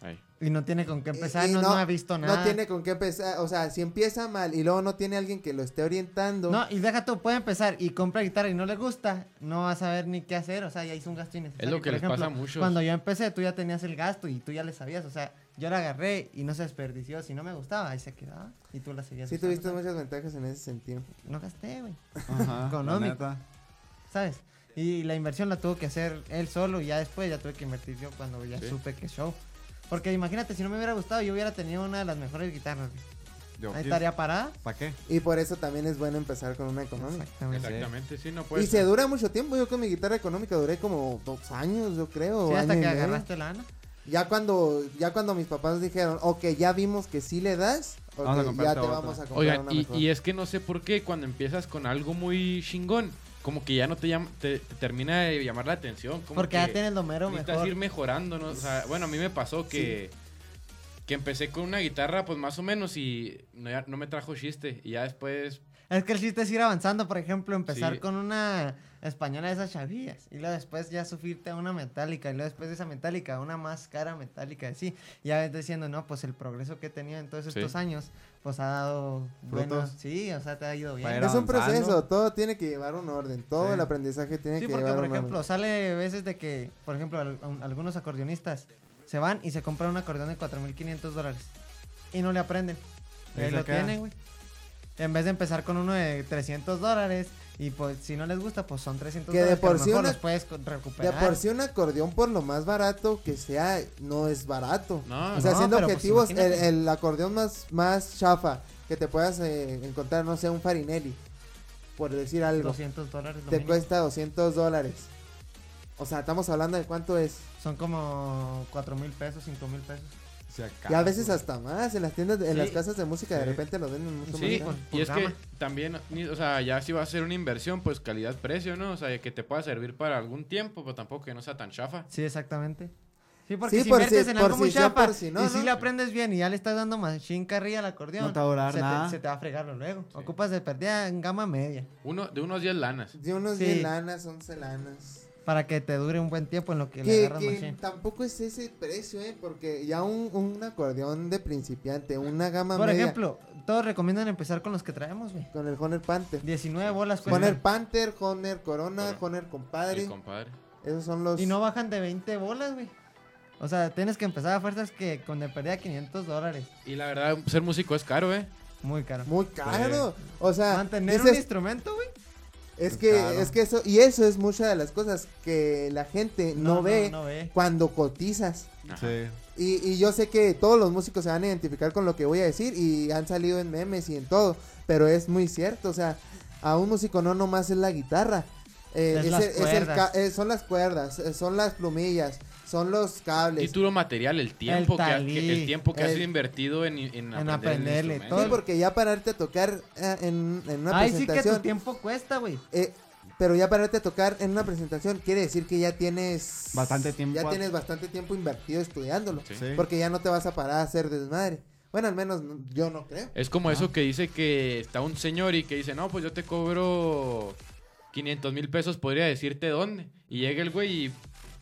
Speaker 4: Ahí.
Speaker 2: Y no tiene con qué empezar,
Speaker 1: Y- y
Speaker 2: no, no ha visto nada.
Speaker 1: No tiene con qué empezar, o sea, si empieza mal y luego no tiene alguien que lo esté orientando.
Speaker 2: No, y deja tú, puede empezar y compra guitarra y no le gusta, no va a saber ni qué hacer, o sea, ya hizo un gasto innecesario.
Speaker 4: Es lo que
Speaker 2: Por
Speaker 4: les
Speaker 2: ejemplo,
Speaker 4: pasa a muchos.
Speaker 2: Cuando yo empecé, tú ya tenías el gasto y tú ya le sabías, o sea, yo la agarré y no se desperdició, si no me gustaba, ahí se quedaba y tú la seguías
Speaker 1: sí
Speaker 2: usando,
Speaker 1: tuviste
Speaker 2: ¿sabes?
Speaker 1: muchas ventajas en ese sentido.
Speaker 2: No gasté, güey,
Speaker 3: Ajá,
Speaker 2: Económico.
Speaker 3: la neta.
Speaker 2: ¿sabes? Y la inversión la tuvo que hacer él solo y ya después ya tuve que invertir yo cuando ya
Speaker 4: Sí.
Speaker 2: supe que show. Porque imagínate, si no me hubiera gustado, yo hubiera tenido una de las mejores guitarras. güey.
Speaker 3: Yo,
Speaker 2: Ahí estaría parada.
Speaker 3: ¿Para qué?
Speaker 1: Y por eso también es bueno empezar con una económica.
Speaker 2: Exactamente.
Speaker 4: Exactamente, sí, no
Speaker 1: y
Speaker 3: Pues,
Speaker 4: puedes.
Speaker 1: se
Speaker 3: eh.
Speaker 1: dura mucho tiempo, yo con mi guitarra económica duré como dos años, yo creo.
Speaker 2: Sí, hasta
Speaker 1: año y
Speaker 2: que
Speaker 1: medio.
Speaker 2: agarraste la lana.
Speaker 1: Ya cuando, ya cuando mis papás dijeron, ok, ya vimos que sí le das, ok,
Speaker 3: Vamos a
Speaker 1: ya
Speaker 3: comprarte
Speaker 1: te
Speaker 3: otra".
Speaker 1: vamos a comprar
Speaker 4: Oigan,
Speaker 1: una
Speaker 4: y,
Speaker 1: mejor.
Speaker 4: y es que no sé por qué cuando empiezas con algo muy chingón, como que ya no te, llam- te, te termina de llamar la atención. Como
Speaker 2: Porque
Speaker 4: que
Speaker 2: ya tienes lo mero
Speaker 4: necesitas
Speaker 2: mejor.
Speaker 4: ir mejorando, ¿no? O sea, bueno, a mí me pasó que, que empecé con una guitarra, pues más o menos, y no, ya- no me trajo chiste. Y ya después,
Speaker 2: Es que el chiste es ir avanzando, por ejemplo, empezar
Speaker 4: Sí.
Speaker 2: con una española de esas chavillas y luego después ya subirte a una metálica y luego después de esa metálica a una más cara metálica así. Ya ves diciendo, no, pues el progreso que he tenido en todos
Speaker 4: Sí.
Speaker 2: estos años, pues ha dado
Speaker 3: Frutos.
Speaker 2: buenos, sí, o sea, te ha ido bien.
Speaker 3: Para ir
Speaker 1: es un
Speaker 3: avanzando.
Speaker 1: proceso, todo tiene que llevar un orden, todo
Speaker 3: Sí.
Speaker 1: el aprendizaje tiene
Speaker 2: Sí,
Speaker 1: que
Speaker 2: porque
Speaker 1: llevar
Speaker 2: por
Speaker 1: un
Speaker 2: ejemplo,
Speaker 1: orden.
Speaker 2: sale veces de que, por ejemplo, al- un- algunos acordeonistas se van y se compran un acordeón de 4.500 dólares y no le aprenden. Y
Speaker 3: Ahí
Speaker 2: ahí
Speaker 3: se
Speaker 2: lo
Speaker 3: queda.
Speaker 2: tienen, güey. En vez de empezar con uno de 300 dólares y pues si no les gusta, pues son 300
Speaker 1: Que de
Speaker 2: dólares.
Speaker 1: por
Speaker 2: a lo
Speaker 1: sí
Speaker 2: mejor
Speaker 1: una-
Speaker 2: los puedes co-
Speaker 1: De
Speaker 2: recuperar.
Speaker 1: por sí un acordeón, por lo más barato que sea, no es barato.
Speaker 4: no,
Speaker 1: O sea,
Speaker 2: No,
Speaker 1: siendo
Speaker 2: pero pues
Speaker 1: objetivos, el,
Speaker 2: imagínate.
Speaker 1: el acordeón más, más chafa que te puedas eh, encontrar, no sé, un Farinelli, por decir algo,
Speaker 2: 200 dólares. lo
Speaker 1: te
Speaker 2: mínimo.
Speaker 1: cuesta 200 dólares. O sea, estamos hablando de cuánto es.
Speaker 2: Son como 4 mil pesos, 5 mil pesos.
Speaker 3: Si
Speaker 1: Y a veces hasta más, en las tiendas, de- en
Speaker 2: Sí.
Speaker 1: las casas de música de
Speaker 3: Sí.
Speaker 1: repente lo venden mucho más.
Speaker 4: sí,
Speaker 1: caro.
Speaker 2: por
Speaker 4: y es que
Speaker 2: gama.
Speaker 4: también, ni- o sea, ya si va a ser una inversión, pues calidad-precio, ¿no? O sea, que te pueda servir para algún tiempo, pero tampoco que no sea tan chafa.
Speaker 2: Sí, exactamente. Sí, porque
Speaker 1: Sí,
Speaker 2: si
Speaker 1: por
Speaker 2: inviertes
Speaker 1: si-
Speaker 2: en
Speaker 1: por
Speaker 2: algo muy
Speaker 1: si sí o
Speaker 2: chapa
Speaker 1: por si no,
Speaker 2: y si
Speaker 1: ¿no?
Speaker 2: le aprendes bien y ya le estás dando machín carrilla al acordeón,
Speaker 3: No te va a durar
Speaker 2: se,
Speaker 3: nada.
Speaker 2: Te, se te va a fregarlo luego.
Speaker 4: Sí.
Speaker 2: Ocupas de pérdida en gama media
Speaker 4: Uno, de unos 10 lanas.
Speaker 1: De unos
Speaker 2: Sí.
Speaker 1: 10 lanas, 11 lanas.
Speaker 2: para que te dure un buen tiempo en lo que le
Speaker 1: Que,
Speaker 2: agarras
Speaker 1: que
Speaker 2: machín.
Speaker 1: tampoco es ese precio, ¿eh? Porque ya un, un acordeón de principiante, una gama
Speaker 2: Por
Speaker 1: media,
Speaker 2: ejemplo, todos recomiendan empezar con los que traemos, güey.
Speaker 1: con el Honor Panther.
Speaker 2: 19 bolas pues,
Speaker 1: Honor
Speaker 2: cuestan.
Speaker 1: Panther, Honor Corona,
Speaker 4: Corona.
Speaker 1: Honor Compadre.
Speaker 4: El compadre.
Speaker 1: Esos son los.
Speaker 2: Y no bajan de 20 bolas, güey. O sea, tienes que empezar a fuerzas que con de pérdida 500 dólares.
Speaker 4: Y la verdad, ser músico es caro, ¿eh?
Speaker 2: Muy caro.
Speaker 1: Muy caro. O sea,
Speaker 2: Mantener un
Speaker 1: dices,
Speaker 2: instrumento, güey.
Speaker 1: es que
Speaker 3: Claro.
Speaker 1: es que eso y eso es mucha de las cosas que la gente no, ve
Speaker 2: No, ve.
Speaker 1: cuando cotizas.
Speaker 4: Ajá.
Speaker 3: Sí.
Speaker 1: Y, y yo sé que todos los músicos se van a identificar con lo que voy a decir y han salido en memes y en todo, pero es muy cierto, o sea, a un músico no nomás es la guitarra, eh,
Speaker 2: Es
Speaker 1: es
Speaker 2: las
Speaker 1: el- es el
Speaker 2: cuerdas.
Speaker 1: ca- eh, son las cuerdas, eh, son las plumillas, son los cables.
Speaker 4: Título material, el tiempo, que, ha- que-
Speaker 2: talí,
Speaker 4: el tiempo que has
Speaker 1: el-
Speaker 4: invertido en, en aprender el
Speaker 2: aprenderle,
Speaker 4: instrumento.
Speaker 1: Sí,
Speaker 2: todo.
Speaker 1: porque ya pararte a tocar eh, en, en una
Speaker 2: Ay, sí que
Speaker 1: presentación.
Speaker 2: tu tiempo cuesta, güey.
Speaker 1: Eh, pero ya pararte a tocar en una presentación quiere decir que ya tienes...
Speaker 3: Bastante tiempo.
Speaker 1: Ya tienes bastante tiempo invertido estudiándolo.
Speaker 4: Sí.
Speaker 3: Sí.
Speaker 1: Porque ya no te vas a parar a hacer desmadre. Bueno, al menos no- yo no creo.
Speaker 4: Es como eso que dice que está un señor y que dice, no, pues yo te cobro 500 mil pesos, podría decirte dónde. Y llega el güey y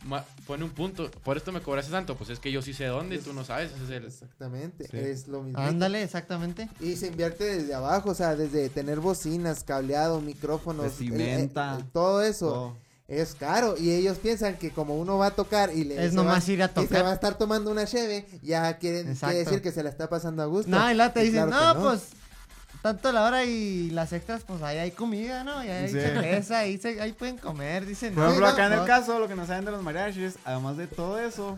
Speaker 4: ma- pone un punto, por esto me cobraste tanto, pues es que yo sí sé dónde, tú no sabes. ese es el-
Speaker 1: Exactamente,
Speaker 3: Sí.
Speaker 1: es lo mismo.
Speaker 2: Ándale, exactamente.
Speaker 1: Y se invierte desde abajo, o sea, desde tener bocinas, cableado, micrófonos,
Speaker 3: Vestimenta.
Speaker 1: eh, eh, todo eso
Speaker 3: Todo.
Speaker 1: es caro. Y ellos piensan que como uno va a tocar y le
Speaker 2: Es
Speaker 1: se
Speaker 2: nomás
Speaker 1: va-
Speaker 2: ir a
Speaker 1: y se va a
Speaker 2: tocar.
Speaker 1: estar tomando una cheve, ya quieren quiere
Speaker 2: Exacto.
Speaker 1: decir que se la está pasando a gusto.
Speaker 2: No, y luego te
Speaker 1: Y
Speaker 2: dicen,
Speaker 1: claro
Speaker 2: no,
Speaker 1: que
Speaker 2: pues, tanto la hora y las extras, pues ahí hay comida, ¿no? Y ahí hay
Speaker 3: Sí.
Speaker 2: cerveza, ahí, se- ahí pueden comer, dicen.
Speaker 3: Por
Speaker 2: no,
Speaker 3: ejemplo,
Speaker 2: no,
Speaker 3: acá en
Speaker 2: no.
Speaker 3: el caso, lo que nos saben de los mariachis, además de todo eso,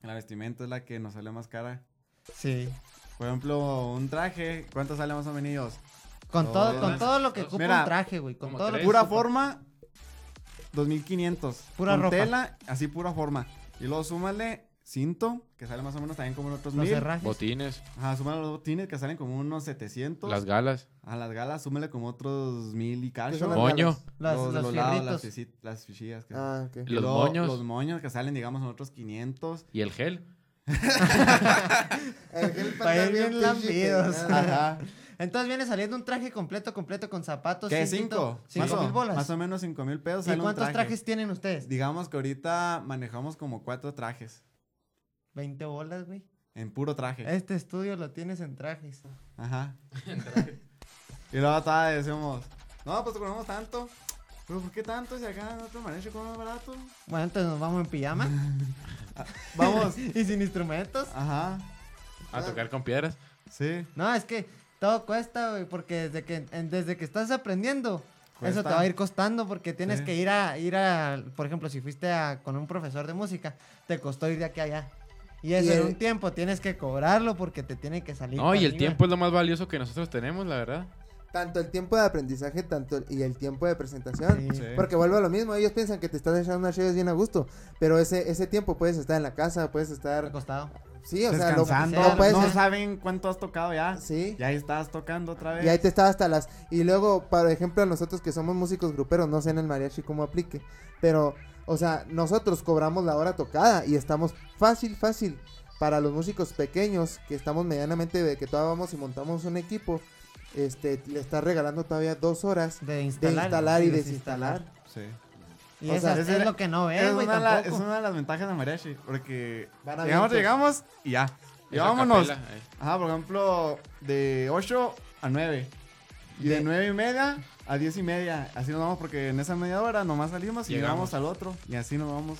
Speaker 3: la vestimenta es la que nos sale más cara.
Speaker 2: Sí.
Speaker 3: Por ejemplo, un traje, ¿cuánto sale más o menos?
Speaker 2: Con
Speaker 3: No,
Speaker 2: todo,
Speaker 3: no,
Speaker 2: con
Speaker 4: no.
Speaker 2: todo lo que
Speaker 4: Mira,
Speaker 2: ocupa un traje, güey. Con
Speaker 4: como
Speaker 2: todo lo que
Speaker 4: tres.
Speaker 3: Pura
Speaker 2: ocupa.
Speaker 3: forma, 2500.
Speaker 2: Pura
Speaker 3: Con
Speaker 2: ropa.
Speaker 3: tela, así pura forma. Y luego súmale cinto, que sale más o menos también como en otros
Speaker 2: Los
Speaker 3: mil.
Speaker 2: herrajes.
Speaker 4: Botines,
Speaker 3: Ajá, súmale los botines que salen como unos 700.
Speaker 4: las galas,
Speaker 3: a las galas súmale como otros mil y
Speaker 1: ¿Qué son
Speaker 3: cacho.
Speaker 1: las
Speaker 4: Moño.
Speaker 1: galas?
Speaker 2: Las-
Speaker 3: Los-
Speaker 2: los
Speaker 3: los lados,
Speaker 2: fierritos.
Speaker 3: las, fichi- las fichillas. que-
Speaker 1: Ah, ok.
Speaker 3: Y
Speaker 4: Los
Speaker 3: luego
Speaker 4: moños.
Speaker 3: Los moños que salen, digamos, en otros 500.
Speaker 4: y el gel.
Speaker 1: El gel
Speaker 2: Para
Speaker 1: andar
Speaker 2: ir bien
Speaker 1: pinche
Speaker 2: lambidos.
Speaker 1: peinado.
Speaker 3: Ajá.
Speaker 2: Entonces viene saliendo un traje completo, completo con zapatos.
Speaker 3: ¿Qué?
Speaker 2: cintito,
Speaker 3: ¿Cinco? más,
Speaker 2: Cinco
Speaker 3: o-
Speaker 2: mil bolas.
Speaker 3: más o menos cinco mil pesos.
Speaker 2: ¿Y
Speaker 3: sale un
Speaker 2: cuántos
Speaker 3: traje.
Speaker 2: trajes tienen ustedes?
Speaker 3: Digamos que ahorita manejamos como cuatro trajes.
Speaker 2: 20 bolas, güey.
Speaker 3: En puro traje.
Speaker 2: Este estudio lo tienes en trajes.
Speaker 3: Ajá. y luego estaba decimos, no, pues cobramos tanto. Pero ¿por qué tanto si acá en otro manejo cobra más barato?
Speaker 2: Bueno, entonces nos vamos en pijama.
Speaker 3: Vamos.
Speaker 2: y sin instrumentos.
Speaker 3: Ajá.
Speaker 4: A tocar con piedras.
Speaker 3: Sí.
Speaker 2: No, es que todo cuesta, güey, porque desde que, en- desde que estás aprendiendo, eso
Speaker 3: Cuesta.
Speaker 2: te va a ir costando porque tienes
Speaker 3: Sí.
Speaker 2: que ir a, ir a, por ejemplo, si fuiste a- con un profesor de música, te costó ir de aquí a allá. Y eso
Speaker 1: Y
Speaker 2: en
Speaker 1: el-
Speaker 2: un tiempo tienes que cobrarlo porque te tiene que salir.
Speaker 4: No, y
Speaker 2: para
Speaker 4: el
Speaker 2: arriba.
Speaker 4: tiempo es lo más valioso que nosotros tenemos, la verdad.
Speaker 1: Tanto el tiempo de aprendizaje tanto el- y el tiempo de presentación.
Speaker 2: Sí.
Speaker 3: Sí.
Speaker 1: Porque vuelvo a lo mismo, ellos piensan que te estás echando unas cheves bien a gusto, pero ese, ese tiempo puedes estar en la casa, puedes
Speaker 2: Ha
Speaker 1: estar...
Speaker 2: costado.
Speaker 1: Sí, o sea, lo,
Speaker 3: Descansando.
Speaker 1: lo puedes...
Speaker 3: no saben cuánto has tocado ya.
Speaker 1: Sí.
Speaker 3: Ya estás tocando otra vez.
Speaker 1: Y ahí te estaba hasta las... Y luego, por ejemplo, nosotros que somos músicos gruperos, no sé en el mariachi cómo aplique, pero, o sea, nosotros cobramos la hora tocada y estamos fácil, fácil. Para los músicos pequeños, que estamos medianamente, de que todavía vamos y montamos un equipo, este, le estás regalando todavía dos horas
Speaker 2: De
Speaker 1: de
Speaker 2: instalar,
Speaker 1: instalar y desinstalar.
Speaker 3: Sí.
Speaker 2: Y
Speaker 1: O sea,
Speaker 2: esas-
Speaker 3: ese
Speaker 2: es
Speaker 3: era-
Speaker 2: lo que no
Speaker 3: Eh, Es
Speaker 2: ves, güey,
Speaker 3: una, de la-
Speaker 2: tampoco.
Speaker 3: es una de las ventajas de mariachi. Porque
Speaker 1: Van a
Speaker 3: llegamos,
Speaker 1: vientos.
Speaker 3: llegamos y ya. Y
Speaker 4: Esa
Speaker 3: vámonos.
Speaker 4: capela, eh.
Speaker 3: Ajá, por ejemplo, de 8 a 9. Y de
Speaker 2: De-
Speaker 3: 9 y media a 10 y media. Así nos vamos porque en esa media hora nomás salimos y
Speaker 4: Llegamos.
Speaker 3: llegamos, al otro. Y así nos vamos.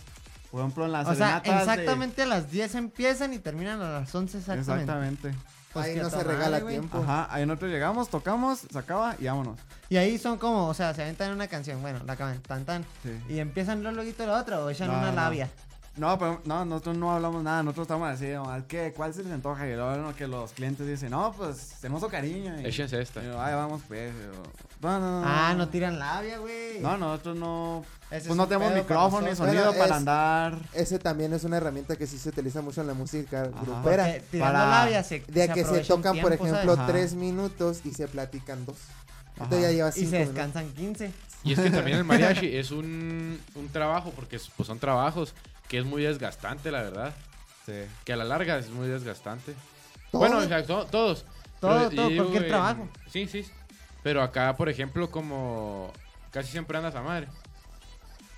Speaker 3: Por ejemplo, en las
Speaker 2: O sea,
Speaker 3: serenatas de-
Speaker 2: exactamente a las 10 empiezan y terminan a las 11 exactamente.
Speaker 3: Exactamente.
Speaker 2: Pues
Speaker 1: ahí
Speaker 2: que
Speaker 1: no
Speaker 2: está
Speaker 1: se
Speaker 2: madre,
Speaker 1: regala
Speaker 2: güey.
Speaker 1: tiempo.
Speaker 3: Ajá, ahí nosotros llegamos, tocamos, se acaba y vámonos.
Speaker 2: Y ahí son como, o sea, se aventan una canción, bueno, la acaban, tan tan.
Speaker 3: Sí.
Speaker 2: Y empiezan luego luego la otra o echan
Speaker 3: No,
Speaker 2: una
Speaker 3: no.
Speaker 2: labia.
Speaker 3: No, pero no, nosotros no hablamos nada, nosotros estamos así, nomás, ¿qué? ¿Cuál se les antoja? Y luego no, que los clientes dicen, no, pues tenemos cariño. Y,
Speaker 4: Échense esta.
Speaker 3: y yo, ay, vamos pues. y yo, no, no, no.
Speaker 2: Ah, no tiran labia, güey.
Speaker 3: No, nosotros no.
Speaker 2: Ese es
Speaker 3: pues no
Speaker 2: un
Speaker 3: tenemos
Speaker 2: pedo para
Speaker 3: micrófono ni
Speaker 2: nosotros.
Speaker 3: sonido
Speaker 1: Bueno,
Speaker 3: para
Speaker 1: es-
Speaker 3: andar.
Speaker 1: Ese también es una herramienta que sí se utiliza mucho en la música
Speaker 2: Porque
Speaker 1: grupera.
Speaker 2: eh, tirando
Speaker 3: para-
Speaker 2: labia se
Speaker 1: De que se
Speaker 2: aprovecha un
Speaker 1: tocan, por
Speaker 2: tiempo, ¿sabes?
Speaker 1: ejemplo,
Speaker 3: Ajá.
Speaker 1: tres minutos y se platican dos. Entonces
Speaker 3: Ajá.
Speaker 1: ya llevas
Speaker 2: Y
Speaker 1: cinco
Speaker 2: se
Speaker 1: minutos.
Speaker 2: descansan 15.
Speaker 4: Y es que también el mariachi es un, un trabajo, porque es- pues son trabajos que es muy desgastante, la verdad.
Speaker 3: Sí.
Speaker 4: Que a la larga es muy desgastante.
Speaker 1: Todo.
Speaker 4: Bueno, o sea, to- todos.
Speaker 2: Todo,
Speaker 4: Pero yo
Speaker 2: todo,
Speaker 4: digo,
Speaker 2: cualquier
Speaker 4: en-
Speaker 2: trabajo.
Speaker 4: Sí, sí. Pero acá, por ejemplo, como casi siempre andas a madre.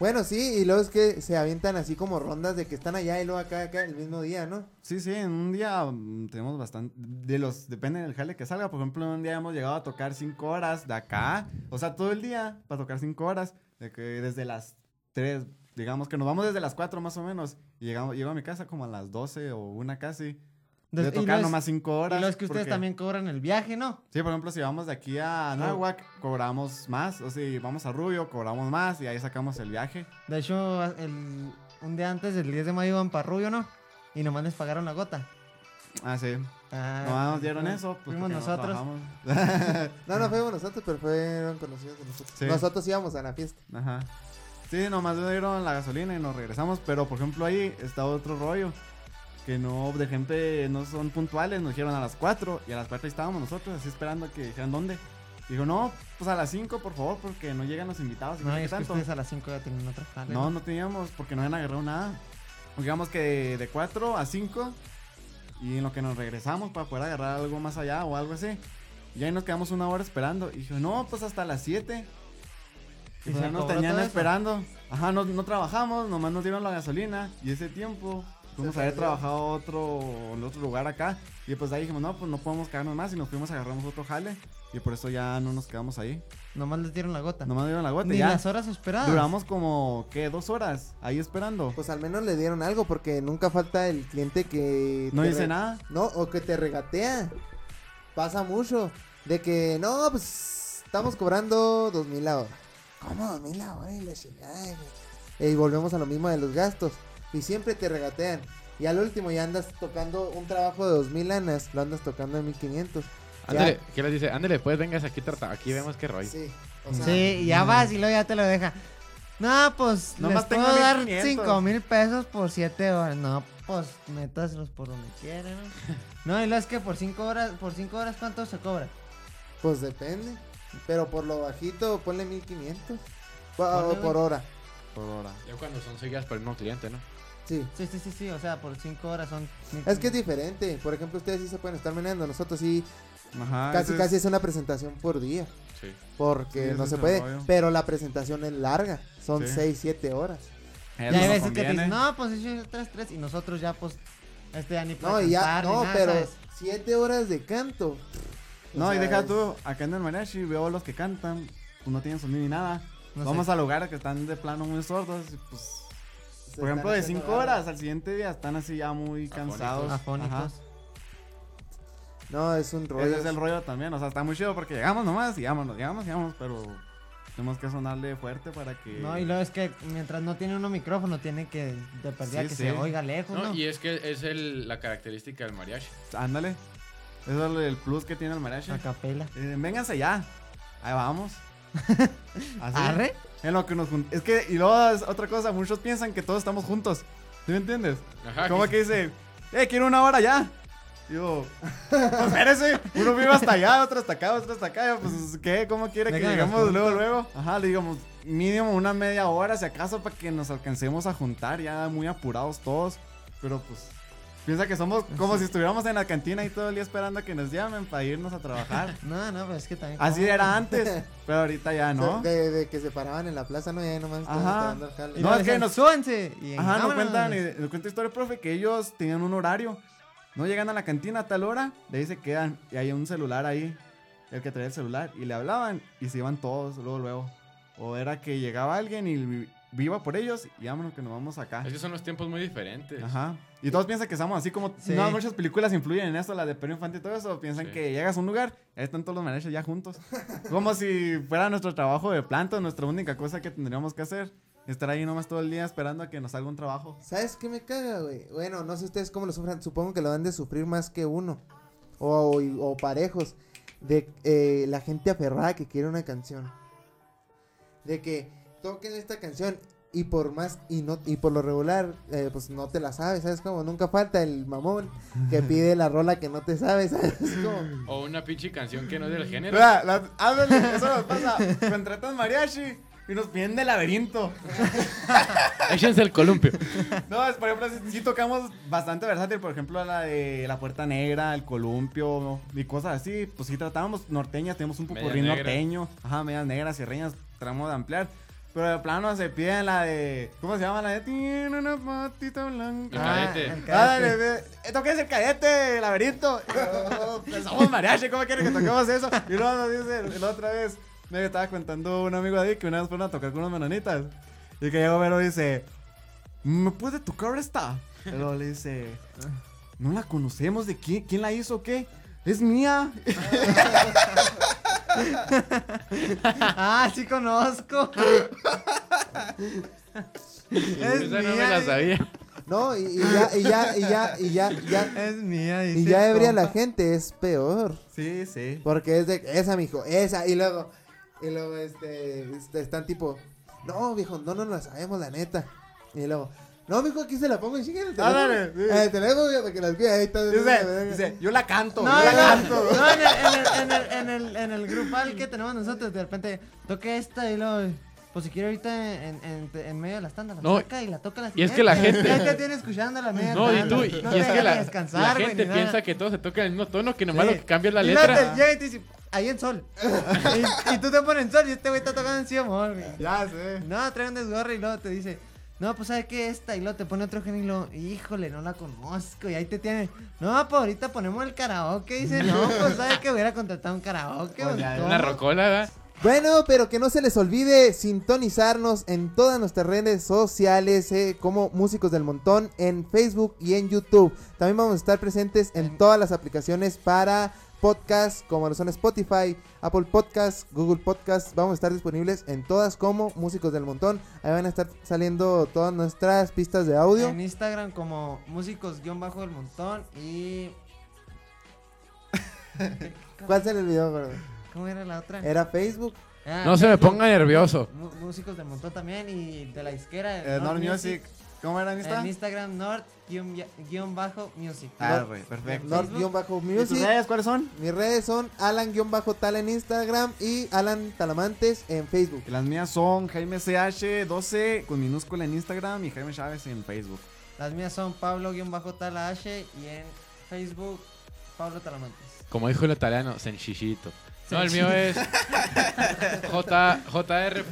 Speaker 1: Bueno, sí, y luego es que se avientan así como rondas de que están allá y luego acá, acá el mismo día, ¿no?
Speaker 3: Sí, sí, en un día mm, tenemos bastante. De los, depende del jale que salga. Por ejemplo, en un día hemos llegado a tocar cinco horas de acá. O sea, todo el día para tocar cinco horas. De que desde las 3, digamos que nos vamos desde las 4 más o menos. Y llegamos, llego a mi casa como a las 12 o una casi. De
Speaker 2: Des- y
Speaker 3: tocar
Speaker 2: los-
Speaker 3: nomás cinco horas.
Speaker 2: Y los que ustedes
Speaker 3: porque-
Speaker 2: también cobran el viaje, ¿no?
Speaker 3: Sí, por ejemplo, si vamos de aquí a Nahuac, cobramos más. O si vamos a Rubio, cobramos más. Y ahí sacamos el viaje.
Speaker 2: De hecho, el- un día antes, el 10 de mayo, iban para Rubio, ¿no? Y nomás les pagaron la gota.
Speaker 3: Ah, sí.
Speaker 2: Ah,
Speaker 3: No nos dieron
Speaker 2: fuimos-
Speaker 3: eso. Pues
Speaker 2: fuimos
Speaker 3: porque no
Speaker 2: nosotros.
Speaker 3: trabajamos.
Speaker 1: No, no fuimos nosotros, pero fueron conocidos de nosotros.
Speaker 3: Sí.
Speaker 1: Nosotros íbamos a la fiesta.
Speaker 3: Ajá. Sí, nomás nos dieron la gasolina y nos regresamos, pero por ejemplo ahí está otro rollo. Que no, de gente, no son puntuales, nos dijeron a las 4 y a las 4 estábamos nosotros así esperando que dijeran dónde. Digo, no, pues a las 5 por favor, porque no llegan los invitados. y
Speaker 2: no,
Speaker 3: sé
Speaker 2: y
Speaker 3: qué
Speaker 2: es que
Speaker 3: tanto.
Speaker 2: ustedes a las 5 ya tienen otra jale,
Speaker 3: no, no teníamos, porque no habían agarrado nada. Digamos que de 4 a 5 y en lo que nos regresamos para poder agarrar algo más allá o algo así. Y ahí nos quedamos una hora esperando. Y dije, no, pues hasta las 7.
Speaker 2: ¿Y
Speaker 3: Y pues
Speaker 2: se
Speaker 3: ya nos
Speaker 2: cobró
Speaker 3: tenían
Speaker 2: todo eso?
Speaker 3: esperando. Ajá, no, no trabajamos, nomás nos dieron la gasolina. Y ese tiempo fuimos a haber
Speaker 1: perdió.
Speaker 3: trabajado otro, en otro lugar acá. Y pues ahí dijimos, no, pues no podemos quedarnos más. Y nos fuimos, agarramos otro jale. Y por eso ya no nos quedamos ahí.
Speaker 2: Nomás les dieron la gota.
Speaker 3: Nomás dieron la gota.
Speaker 2: Ni
Speaker 3: y ya
Speaker 2: las horas esperadas.
Speaker 3: duramos como, ¿qué? Dos horas ahí esperando.
Speaker 1: Pues al menos le dieron algo, porque nunca falta el cliente que...
Speaker 3: no
Speaker 1: te
Speaker 3: dice
Speaker 1: re-
Speaker 3: nada.
Speaker 1: No, o que te regatea. Pasa mucho. De que, no, pues estamos cobrando dos mil la hora. ¿Cómo dos mil la hora? Y la chingada, y- Y volvemos a lo mismo de los gastos. Y siempre te regatean. Y al último ya andas tocando un trabajo de 2000 lanas, lo andas tocando en 1500. Ya,
Speaker 4: Ándale, ¿qué les dice? Ándale, pues vengas aquí, trata, aquí vemos qué rollo.
Speaker 1: Sí, o sea,
Speaker 2: Sí, y ya vas y luego ya te lo deja. No, pues
Speaker 3: Nomás
Speaker 2: les
Speaker 3: tengo
Speaker 2: puedo dar
Speaker 3: 1500.
Speaker 2: cinco mil pesos por siete horas. No, pues métaselos por donde quieran. ¿no? No, y lo es que por cinco horas, por cinco horas ¿cuánto se cobra?
Speaker 1: Pues depende. Pero por lo bajito, ponle 1500. Pa-
Speaker 2: Ponle,
Speaker 1: por
Speaker 2: güey.
Speaker 1: hora.
Speaker 3: Por hora.
Speaker 4: Ya cuando son seguidas por el mismo cliente, ¿no?
Speaker 1: Sí.
Speaker 2: Sí, sí, sí, sí, o sea, por cinco horas son...
Speaker 1: Es que es diferente. Por ejemplo, ustedes sí se pueden estar meneando. Nosotros sí,
Speaker 3: Ajá.
Speaker 1: casi
Speaker 3: ese Ah, es-
Speaker 1: casi es una presentación por día.
Speaker 4: Sí.
Speaker 1: Porque
Speaker 3: Sí, ese
Speaker 1: no
Speaker 3: es
Speaker 1: se
Speaker 3: el
Speaker 1: puede.
Speaker 3: rollo.
Speaker 1: Pero la presentación es larga. Son
Speaker 3: Sí.
Speaker 1: 6, 7 horas.
Speaker 2: Ya
Speaker 3: Él
Speaker 2: hay
Speaker 3: no
Speaker 2: veces que te
Speaker 3: conviene.
Speaker 2: dicen, no, pues eso es tres, tres, y nosotros ya, pues, este ya ni
Speaker 1: No,
Speaker 2: puede
Speaker 1: y ya,
Speaker 2: cantar ni
Speaker 1: no,
Speaker 2: nada,
Speaker 1: pero
Speaker 2: ¿sabes?
Speaker 1: 7 horas de canto.
Speaker 3: No,
Speaker 1: O
Speaker 3: y
Speaker 1: sea,
Speaker 3: deja
Speaker 1: es-
Speaker 3: tú, acá en el mariachi veo los que cantan, pues no tienen sonido ni nada.
Speaker 2: No
Speaker 3: Vamos a lugares que están de plano muy sordos, y pues...
Speaker 1: se
Speaker 3: Por
Speaker 1: están
Speaker 3: ejemplo, de
Speaker 1: haciendo
Speaker 3: 5
Speaker 1: largas.
Speaker 3: horas al siguiente día están así ya muy
Speaker 4: Afónicos.
Speaker 3: cansados. Ajá.
Speaker 2: Afónicos.
Speaker 1: No, es un rollo.
Speaker 3: Ese es el rollo también, o sea, está muy chido porque llegamos nomás y vámonos, llegamos y vámonos, pero tenemos que sonarle fuerte para que...
Speaker 2: No, y luego es que mientras no tiene uno micrófono, tiene que, de perdida,
Speaker 3: Sí,
Speaker 2: que
Speaker 3: sí.
Speaker 2: se oiga lejos, ¿no?
Speaker 4: No, y es que es el, la característica del mariachi.
Speaker 3: Ándale. Eso es el plus que tiene el mariachi.
Speaker 2: A capela.
Speaker 3: Eh, vénganse ya. Ahí vamos. Así.
Speaker 2: ¿Arre?
Speaker 3: En lo que nos jun- Es que, y luego es otra cosa, muchos piensan que todos estamos juntos. ¿Sí me entiendes?
Speaker 4: Ajá.
Speaker 3: Como que dice, eh, quiero una hora ya. Digo, pues espérese, uno vive hasta allá, otro hasta acá, otro hasta acá. Pues, ¿qué? ¿Cómo quiere que
Speaker 2: Venga,
Speaker 3: lleguemos
Speaker 2: juntos.
Speaker 3: luego, luego? Ajá, le digamos, mínimo una media hora, si acaso, para que nos alcancemos a juntar, ya muy apurados todos. Pero pues, piensa que somos como si estuviéramos en la cantina y todo el día esperando a que nos llamen para irnos a trabajar.
Speaker 2: No, no, pero es que también.
Speaker 3: Así
Speaker 2: ¿cómo?
Speaker 3: era antes, pero ahorita ya
Speaker 1: O sea,
Speaker 3: no.
Speaker 1: De, de que se paraban en la plaza, no, y ahí nomás estaban
Speaker 3: Ajá.
Speaker 1: esperando al jale.
Speaker 2: Y
Speaker 3: No,
Speaker 2: luego
Speaker 3: es que
Speaker 2: decían,
Speaker 3: nos-
Speaker 2: "Súbanse", y
Speaker 3: Ajá, nos
Speaker 2: vámonos.
Speaker 3: cuentan, eh, nos cuenta historia, profe, que ellos tenían un horario. No llegan a la cantina a tal hora, de ahí se quedan. Y hay un celular ahí, el que traía el celular. Y le hablaban y se iban todos, luego, luego. O era que llegaba alguien y vi- viva por ellos y vámonos que nos vamos acá.
Speaker 4: Es que son los tiempos muy diferentes.
Speaker 3: Ajá. Y todos piensan que estamos así como...
Speaker 2: Sí.
Speaker 3: No, muchas películas influyen en eso, la de Perú Infantil y todo eso. Piensan
Speaker 4: Sí.
Speaker 3: que llegas a un lugar, ahí están todos los manejos ya juntos. como si fuera nuestro trabajo de planta, nuestra única cosa que tendríamos que hacer. Estar ahí nomás todo el día esperando a que nos salga un trabajo.
Speaker 1: ¿Sabes qué me caga, güey? Bueno, no sé ustedes cómo lo sufran. Supongo que lo han de sufrir más que uno. O, o- o parejos. De eh, la gente aferrada que quiere una canción. De que toquen esta canción y por más y no y por lo regular eh, pues no te la sabes sabes como nunca falta el mamón que pide la rola que no te sabes sabes como
Speaker 4: O una pinche canción que no es del género.
Speaker 3: Mira, la- ándale, eso nos pasa. Contratan mariachi y nos piden de laberinto.
Speaker 4: Échense el columpio.
Speaker 3: No, es, por ejemplo, sí, sí tocamos bastante versátil. Por ejemplo, la de La Puerta Negra, El Columpio y cosas así. Pues sí tratábamos norteñas, tenemos un
Speaker 4: Medias
Speaker 3: popurrí
Speaker 4: negras.
Speaker 3: norteño. Ajá, medias negras, sierreñas, tratamos de ampliar. Pero de plano se piden la de... ¿Cómo se llama? La de... Tiene una patita
Speaker 4: El
Speaker 3: blanca.
Speaker 2: Ah,
Speaker 4: cadete.
Speaker 2: el
Speaker 3: Ah,
Speaker 2: cadete.
Speaker 3: toques el cadete, el este laberinto. Pues somos mariachi, ¿cómo quieren que toquemos eso? Y luego nos dice la otra vez, me estaba contando un amigo ahí que una vez fueron a tocar con unos menonitas. Y que llegó Vero y dice, ¿me puede tocar esta? Pero le dice, no la conocemos, ¿de quién, quién la hizo o qué? Es mía.
Speaker 2: Ah, sí conozco. es
Speaker 4: Esa
Speaker 2: mía.
Speaker 4: no me la sabía.
Speaker 1: no y, y ya y ya y ya y ya, ya
Speaker 2: Es mía. Dice
Speaker 1: y ya
Speaker 2: el
Speaker 1: ebria la
Speaker 2: compa.
Speaker 1: gente es peor
Speaker 3: Sí, sí.
Speaker 1: Porque es de esa, mijo, esa. Y luego, y luego, este, este, están tipo, no, viejo, no nos la sabemos, la neta. Y luego, no, mijo, aquí se la pongo en chinga en el teléfono.
Speaker 3: Ándale, Ah, sí.
Speaker 1: En el teléfono, viejo, que la escuche, ahí está.
Speaker 3: Dice, dice, yo la canto,
Speaker 2: No,
Speaker 3: yo la canto.
Speaker 2: no, no, en el, en el, en el, en el, en el grupal que tenemos nosotros, de repente toque esta y luego. Pues si quiere ahorita en, en, en medio de las tandas, la
Speaker 4: No,
Speaker 2: saca y la toca la
Speaker 4: y es que la gente-
Speaker 2: Ya te tiene escuchando la media
Speaker 4: No, y
Speaker 2: tanda.
Speaker 4: tú, y,
Speaker 2: No
Speaker 4: y
Speaker 2: te
Speaker 4: es que
Speaker 2: deja
Speaker 4: la,
Speaker 2: descansar,
Speaker 4: la
Speaker 2: güey,
Speaker 4: gente
Speaker 2: ni
Speaker 4: piensa
Speaker 2: nada.
Speaker 4: que todo se toca en el mismo tono, que nomás
Speaker 2: Sí.
Speaker 4: lo que cambia es la
Speaker 2: Y luego
Speaker 4: letra.
Speaker 2: te llega y te dice, ahí en sol. y, y tú te pones en sol y este güey está tocando en sí amor, güey.
Speaker 3: Ya sé.
Speaker 2: No, trae un desgorro y luego te dice, no, pues sabe que esta, y luego te pone otro género y luego, híjole, no la conozco, y ahí te tiene, no, pues ahorita ponemos el karaoke, dice, no, pues sabe que hubiera contratado un karaoke,
Speaker 3: Oye,
Speaker 2: pues,
Speaker 3: ya,
Speaker 2: ¿cómo?".
Speaker 4: Una rocola, ¿verdad?
Speaker 1: Bueno, pero que no se les olvide sintonizarnos en todas nuestras redes sociales eh, como Músicos del Montón en Facebook y en YouTube. También vamos a estar presentes en todas las aplicaciones para podcast como lo son Spotify, Apple Podcast, Google Podcast. Vamos a estar disponibles en todas como Músicos del Montón. Ahí van a estar saliendo todas nuestras pistas de audio.
Speaker 2: En Instagram como músicos-bajo del montón y...
Speaker 1: ¿Cuál será el video, gordo?
Speaker 2: ¿Cómo era la otra?
Speaker 3: Eh,
Speaker 1: ¿Era Facebook?
Speaker 2: Ah,
Speaker 4: No se me
Speaker 2: Facebook.
Speaker 4: ponga nervioso.
Speaker 2: Mu- Músicos del montón también y de la izquierda.
Speaker 3: Eh, Nord Music. ¿Cómo era en esta?
Speaker 2: En Instagram, Nord-Music.
Speaker 3: Ah, güey, perfecto.
Speaker 2: Nord-
Speaker 3: ¿Y tus
Speaker 1: Nord-Music.
Speaker 3: redes cuáles son?
Speaker 1: Mis redes son Alan-Tal en Instagram y Alan Talamantes en Facebook.
Speaker 3: Y las mías son Jaime CH12 con minúscula en Instagram y Jaime Chávez en Facebook.
Speaker 2: Las mías son Pablo-Talash y en Facebook Pablo Talamantes.
Speaker 4: Como dijo el italiano, sencillito. No, el mío es J- jr.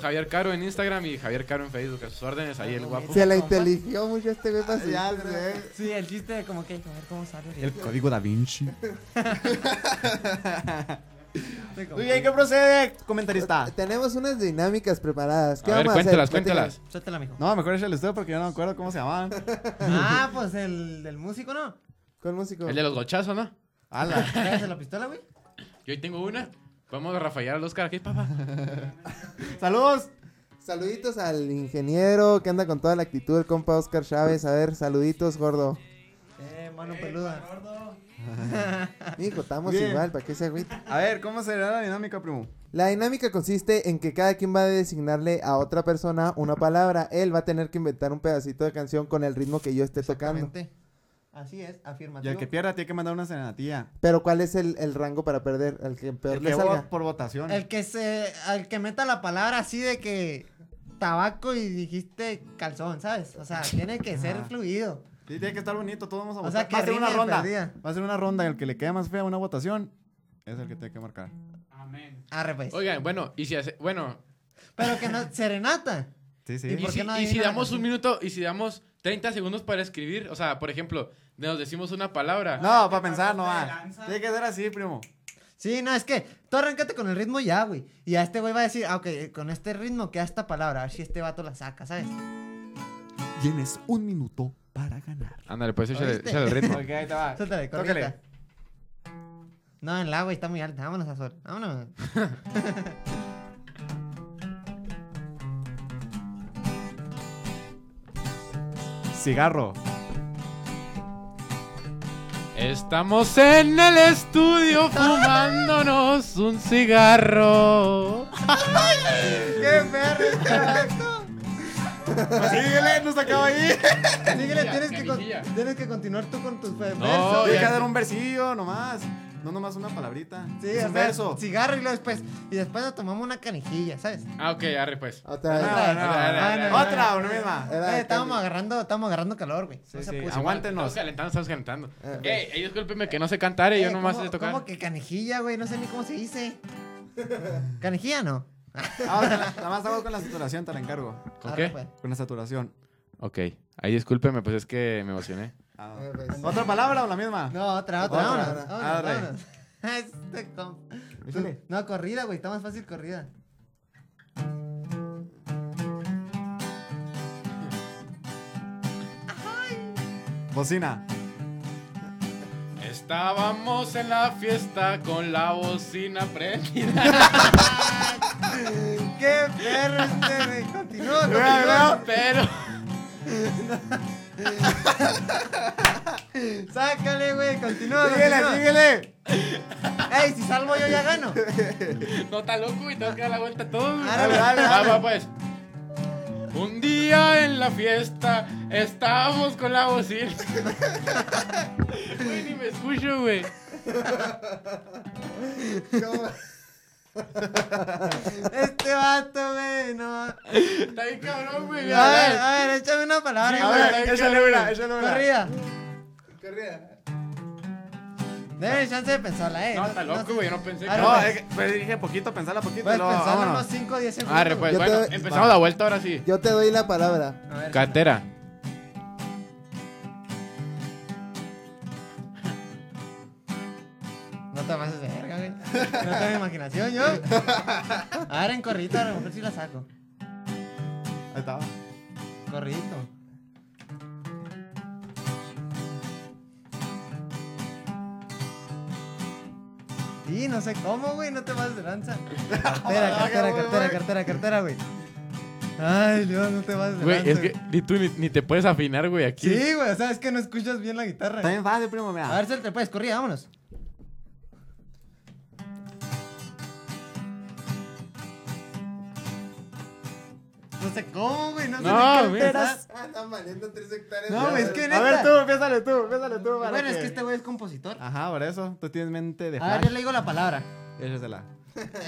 Speaker 4: Javier Caro en Instagram y Javier Caro en Facebook. A sus órdenes,
Speaker 2: Ah,
Speaker 4: ahí el guapo.
Speaker 1: Se la inteligió mucho este güey para su
Speaker 3: Ah, Ya
Speaker 1: Instagram.
Speaker 3: sé.
Speaker 2: Sí, el chiste de como que, a ver cómo sale.
Speaker 3: El código da Vinci.
Speaker 2: Estoy como
Speaker 3: Muy bien,
Speaker 2: que-
Speaker 3: ¿qué procede, comentarista?
Speaker 1: Tenemos unas dinámicas preparadas. ¿Qué
Speaker 4: A ver,
Speaker 1: vamos a hacer?
Speaker 4: cuéntalas, cuéntalas.
Speaker 2: Suéltala, mijo.
Speaker 3: No, mejor échale usted porque yo no me acuerdo cómo se llamaban.
Speaker 2: Ah, pues el del músico, ¿no?
Speaker 1: Con músico.
Speaker 4: El de los gochazos, ¿no?
Speaker 3: Ala.
Speaker 2: Cállese la pistola, güey.
Speaker 4: Yo hoy tengo una. Vamos a rafallar a los carajes, papá.
Speaker 3: Saludos.
Speaker 1: Saluditos al ingeniero que anda con toda la actitud, el compa Oscar Chávez. A ver, saluditos, gordo.
Speaker 2: Eh, mano peluda.
Speaker 1: Hijo, estamos
Speaker 3: Bien.
Speaker 1: igual, ¿para qué se agüita?
Speaker 3: A ver, ¿cómo será la dinámica, primo?
Speaker 1: La dinámica consiste en que cada quien va a designarle a otra persona una palabra. Él va a tener que inventar un pedacito de canción con el ritmo que yo esté tocando.
Speaker 2: Exactamente. Así es,
Speaker 3: Y el
Speaker 2: afirmativo.
Speaker 3: que pierda tiene que mandar una serenatía.
Speaker 1: Pero ¿cuál es el, el rango para perder? El que peor
Speaker 3: El
Speaker 1: le
Speaker 3: que
Speaker 1: salga.
Speaker 3: vo- por votación.
Speaker 2: El que se. Al que meta la palabra así de que. Tabaco y dijiste calzón, ¿sabes? O sea, tiene que ser
Speaker 3: Ajá.
Speaker 2: fluido.
Speaker 3: Sí, tiene que estar bonito, todos vamos a
Speaker 2: O
Speaker 3: votar.
Speaker 2: sea, que
Speaker 3: Va a ser una
Speaker 2: rime
Speaker 3: ronda.
Speaker 2: perdida.
Speaker 3: Va a ser una ronda. El que le quede más fea una votación es el que tiene que marcar.
Speaker 2: Arre, pues.
Speaker 4: Oigan, bueno, y si hace, bueno,
Speaker 2: Pero que no. Serenata.
Speaker 3: Sí, sí.
Speaker 2: ¿Y
Speaker 4: y,
Speaker 2: por qué
Speaker 4: si,
Speaker 2: no
Speaker 4: y
Speaker 2: adivina
Speaker 4: si
Speaker 2: la
Speaker 4: damos
Speaker 2: canción?
Speaker 4: un minuto y si damos 30 segundos para escribir, o sea, por ejemplo, nos decimos una palabra.
Speaker 3: No, para pensar no va. Tiene que ser así, primo.
Speaker 2: Sí, no, es que tú arráncate con el ritmo ya, güey. Y a este güey va a decir, ah, ok, con este ritmo queda esta palabra, a ver si este vato la saca, ¿sabes?
Speaker 3: Tienes un minuto para ganar.
Speaker 4: Ándale, pues échale,
Speaker 2: ¿Oíste?
Speaker 4: échale el ritmo.
Speaker 3: Ok, ahí te va.
Speaker 2: Suéltale,
Speaker 3: Ah, Tócale.
Speaker 2: correcta. No, en la, güey, está muy alta. Vámonos a sol. Vámonos.
Speaker 3: Cigarro.
Speaker 4: Estamos en el estudio fumándonos un cigarro.
Speaker 2: ¡Qué perro este vato!
Speaker 3: Pues síguele, nos acaba ahí.
Speaker 2: Síguele, tienes que, con-
Speaker 4: Canillilla.
Speaker 2: tienes que continuar tú con tus versos.
Speaker 4: No,
Speaker 3: Tiene
Speaker 4: ya.
Speaker 3: que dar un versillo nomás. No nomás una palabrita.
Speaker 2: Sí,
Speaker 3: es
Speaker 2: o
Speaker 3: un
Speaker 2: sea,
Speaker 3: verso.
Speaker 2: cigarro y luego después. Y después nos tomamos una canijilla, ¿sabes?
Speaker 4: Ah, ok, arre pues.
Speaker 1: Otra
Speaker 2: Ah.
Speaker 1: vez.
Speaker 3: No, no, no,
Speaker 4: Otra,
Speaker 3: no, no.
Speaker 2: otra.
Speaker 3: Otra, una misma.
Speaker 1: Era
Speaker 2: Eh,
Speaker 1: de
Speaker 2: estábamos
Speaker 1: cambio.
Speaker 2: agarrando, estábamos agarrando calor, güey.
Speaker 3: Sí,
Speaker 2: No se
Speaker 3: sí,
Speaker 2: puso.
Speaker 4: Estamos
Speaker 3: aguántenos.
Speaker 4: calentando, estamos calentando.
Speaker 1: Ah,
Speaker 4: Ey, ey, discúlpeme que no sé cantar, eh, yo
Speaker 2: pues. Eh,
Speaker 4: nomás
Speaker 2: ¿cómo-
Speaker 4: sé tocar.
Speaker 2: ¿Cómo que canijilla, güey? No sé ni cómo se dice. ¿Canijilla no?
Speaker 3: Vamos, ah, nada más hago con la saturación, te la encargo.
Speaker 4: ¿Con
Speaker 2: Arre,
Speaker 4: qué?
Speaker 2: pues.
Speaker 3: Con la saturación.
Speaker 4: Ok, ahí discúlpeme, pues es que me emocioné.
Speaker 3: Ah,
Speaker 1: Eh, pues,
Speaker 3: ¿Otra palabra o la misma?
Speaker 2: No, otra, otra.
Speaker 3: Otra,
Speaker 2: vámonos,
Speaker 3: otra.
Speaker 2: vámonos,
Speaker 3: Arre.
Speaker 2: vámonos. Este compa.
Speaker 3: Échale.
Speaker 2: No, corrida, güey. Está más fácil corrida.
Speaker 3: Bocina.
Speaker 4: Estábamos en la fiesta con la bocina prendida.
Speaker 2: ¡Qué perro este, güey! Continúa,
Speaker 3: Vea,
Speaker 2: continúa.
Speaker 3: vea.
Speaker 4: Pero
Speaker 2: Sácale, güey. Continúa,
Speaker 3: Síguele,
Speaker 2: continúa.
Speaker 3: síguele.
Speaker 2: Ey, si salvo yo ya gano.
Speaker 4: no está loco y tengo que dar la vuelta a todo. güey.
Speaker 2: Dale,
Speaker 3: dale,
Speaker 4: Va,
Speaker 3: dale.
Speaker 4: va, pues. Un día en la fiesta estábamos con la bocina. Güey, ni me escucho, güey.
Speaker 2: Este vato, güey. No. A
Speaker 4: Está bien cabrón, güey.
Speaker 2: ver,
Speaker 4: A ver.
Speaker 2: a ver, échame una palabra,
Speaker 4: Sí,
Speaker 3: A
Speaker 2: güey.
Speaker 4: está
Speaker 3: ver,
Speaker 4: bien
Speaker 3: échale
Speaker 4: cabrón.
Speaker 3: una, échale una.
Speaker 2: Corrida.
Speaker 1: Corrida.
Speaker 2: Deben chance de pensarla, eh.
Speaker 4: No, está loco, güey. Yo no eh, pensé que.
Speaker 2: Arre,
Speaker 3: No,
Speaker 2: pues.
Speaker 3: es que- pero dije poquito, pensala poquito.
Speaker 2: Puedes
Speaker 3: luego,
Speaker 2: pensar unos
Speaker 3: vámonos.
Speaker 2: 5 o 10 segundos.
Speaker 4: Arre, pues.
Speaker 1: Yo te-
Speaker 4: Bueno, empezamos la vuelta ahora sí.
Speaker 1: Yo te doy la palabra.
Speaker 4: pues.
Speaker 2: A ver,
Speaker 4: Catera.
Speaker 2: No te pases de verga, güey. No tengo imaginación yo. A ver, en corridito, a lo mejor sí la saco.
Speaker 3: Ahí estaba.
Speaker 2: Corridito. Y no sé cómo, güey, no te pases de lanza. Cartera, cartera, cartera, cartera, cartera, güey. Ay, Dios, no te pases de lanza.
Speaker 4: Güey, es que ni tú ni, ni te puedes afinar, güey, aquí.
Speaker 2: Sí, güey, o sea, es que no escuchas bien la guitarra.
Speaker 3: Está bien fácil, primo,
Speaker 2: A
Speaker 3: mira.
Speaker 2: ver, suéltate, pues, corrida, vámonos. No sé cómo, güey, no sé
Speaker 4: No,
Speaker 2: ni qué
Speaker 4: güey.
Speaker 2: empezar.
Speaker 1: Ah, no, valiendo tres hectáreas.
Speaker 2: No,
Speaker 1: de-
Speaker 2: es que
Speaker 3: A
Speaker 2: neta.
Speaker 3: ver tú, piénsale tú, piénsale tú. para
Speaker 2: Bueno, es que este güey es compositor.
Speaker 3: Ajá, por eso. Tú tienes mente Ah, de
Speaker 2: A ver,
Speaker 3: flash.
Speaker 2: yo le digo la palabra.
Speaker 3: Échasela.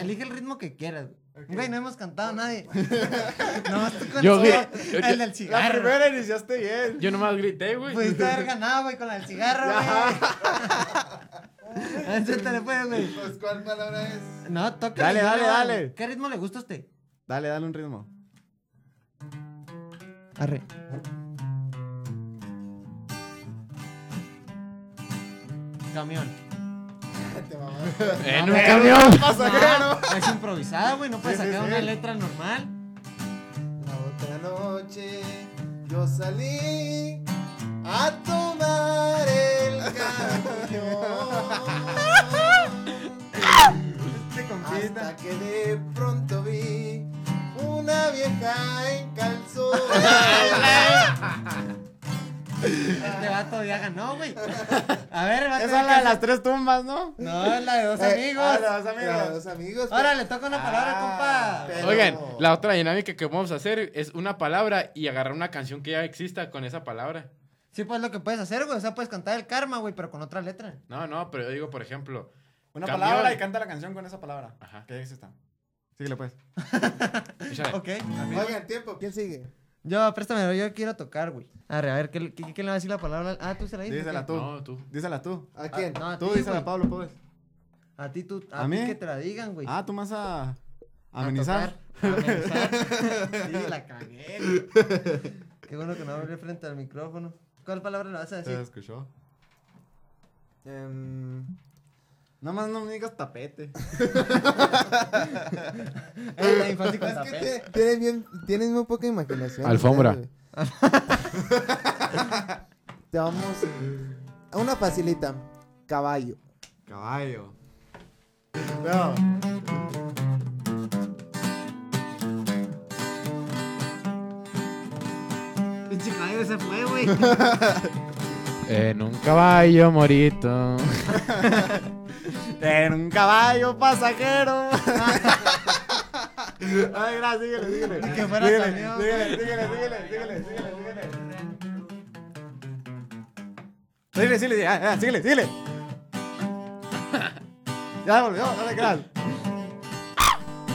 Speaker 2: Elige el ritmo que quieras. Güey, no hemos cantado nadie. no, tú con
Speaker 4: Yo,
Speaker 2: el,
Speaker 4: güey, yo- yo-
Speaker 2: del
Speaker 3: La
Speaker 2: cigarro.
Speaker 3: primera iniciaste bien.
Speaker 4: Yo nomás grité, güey.
Speaker 2: Pudiste haber ganado, güey, con la del cigarro, güey. Suéltale, pues, güey.
Speaker 1: Pues, ¿cuál palabra es?
Speaker 2: No, toca.
Speaker 3: Dale,
Speaker 2: y
Speaker 3: dale,
Speaker 2: luego,
Speaker 3: dale.
Speaker 2: ¿Qué ritmo le gusta a usted?
Speaker 3: Dale, dale un ritmo.
Speaker 2: Arre. Camión.
Speaker 1: Te mamá.
Speaker 4: En
Speaker 2: No,
Speaker 4: un
Speaker 2: no,
Speaker 4: camión.
Speaker 2: No, es improvisada, güey. No puedes
Speaker 3: Ah, Sí, sí,
Speaker 2: sacar
Speaker 3: sí.
Speaker 2: una letra normal.
Speaker 1: La otra noche yo salí a tomar el camión.
Speaker 3: Este Ah,
Speaker 1: Hasta que de pronto vi una vieja en calzón.
Speaker 2: Este vato ya ganó, güey. A ver, va a
Speaker 3: Esa es
Speaker 2: tener
Speaker 3: la de
Speaker 2: que-
Speaker 3: las tres tumbas, ¿no?
Speaker 2: No, es la de dos
Speaker 1: Eh,
Speaker 2: amigos.
Speaker 3: ah, Los amigos.
Speaker 1: Pero Los amigos.
Speaker 2: Ahora le toca una palabra,
Speaker 3: Ah,
Speaker 2: compa.
Speaker 1: pero-
Speaker 4: Oigan, la otra dinámica que vamos a hacer es una palabra y agarrar una canción que ya exista con esa palabra.
Speaker 2: Sí, pues lo que puedes hacer, güey. O sea, puedes cantar el karma, güey, pero con otra letra.
Speaker 4: No, no, pero yo digo, por ejemplo,
Speaker 3: Una
Speaker 4: Camión.
Speaker 3: palabra y canta la canción con esa palabra.
Speaker 4: Ajá.
Speaker 3: Que ya exista. Síguele, pues.
Speaker 4: échale.
Speaker 2: Ok.
Speaker 1: Oigan, tiempo. ¿Quién sigue?
Speaker 2: Yo, préstamelo, yo quiero tocar, güey. Arre, a ver, ¿qué, qué, qué le va a decir la palabra? Ah, tú se la dices.
Speaker 3: Dísela
Speaker 2: ¿o qué?
Speaker 3: tú.
Speaker 4: No, tú.
Speaker 3: Dísela tú.
Speaker 1: ¿A quién?
Speaker 2: no, a
Speaker 3: tú
Speaker 2: ti,
Speaker 3: dísela
Speaker 2: güey.
Speaker 3: a Pablo, pues.
Speaker 2: A ti, tú,
Speaker 3: ¿A
Speaker 2: a,
Speaker 3: mí?
Speaker 2: mí que te la digan, güey.
Speaker 3: Ah, tú más a... a
Speaker 2: A
Speaker 3: Amenizar.
Speaker 2: tocar, a amenizar. sí, la cagué. güey. Qué bueno que no hablé frente al micrófono. ¿Cuál palabra le vas a
Speaker 3: Se
Speaker 2: decir?
Speaker 3: escuchó.
Speaker 1: Em,
Speaker 3: Nomás no me digas tapete.
Speaker 2: Eh, la infancia con
Speaker 1: es que
Speaker 2: tapete.
Speaker 1: te- tienes, bien, tienes muy poca imaginación.
Speaker 4: Alfombra.
Speaker 1: ustedes, güey. Te vamos a una facilita. Caballo.
Speaker 3: Caballo. No.
Speaker 2: Pinche caballo se fue, güey.
Speaker 4: En un caballo morito.
Speaker 3: En un caballo pasajero. Ay, gracias, síguele, síguele.
Speaker 2: Ni que fuera
Speaker 3: Síguele,
Speaker 2: camión,
Speaker 3: Síguele, síguele, síguele, síguele, síguele, síguele. Síguele, síguele, ya, ya, síguele, síguele. Ya volvió, dale, gracias.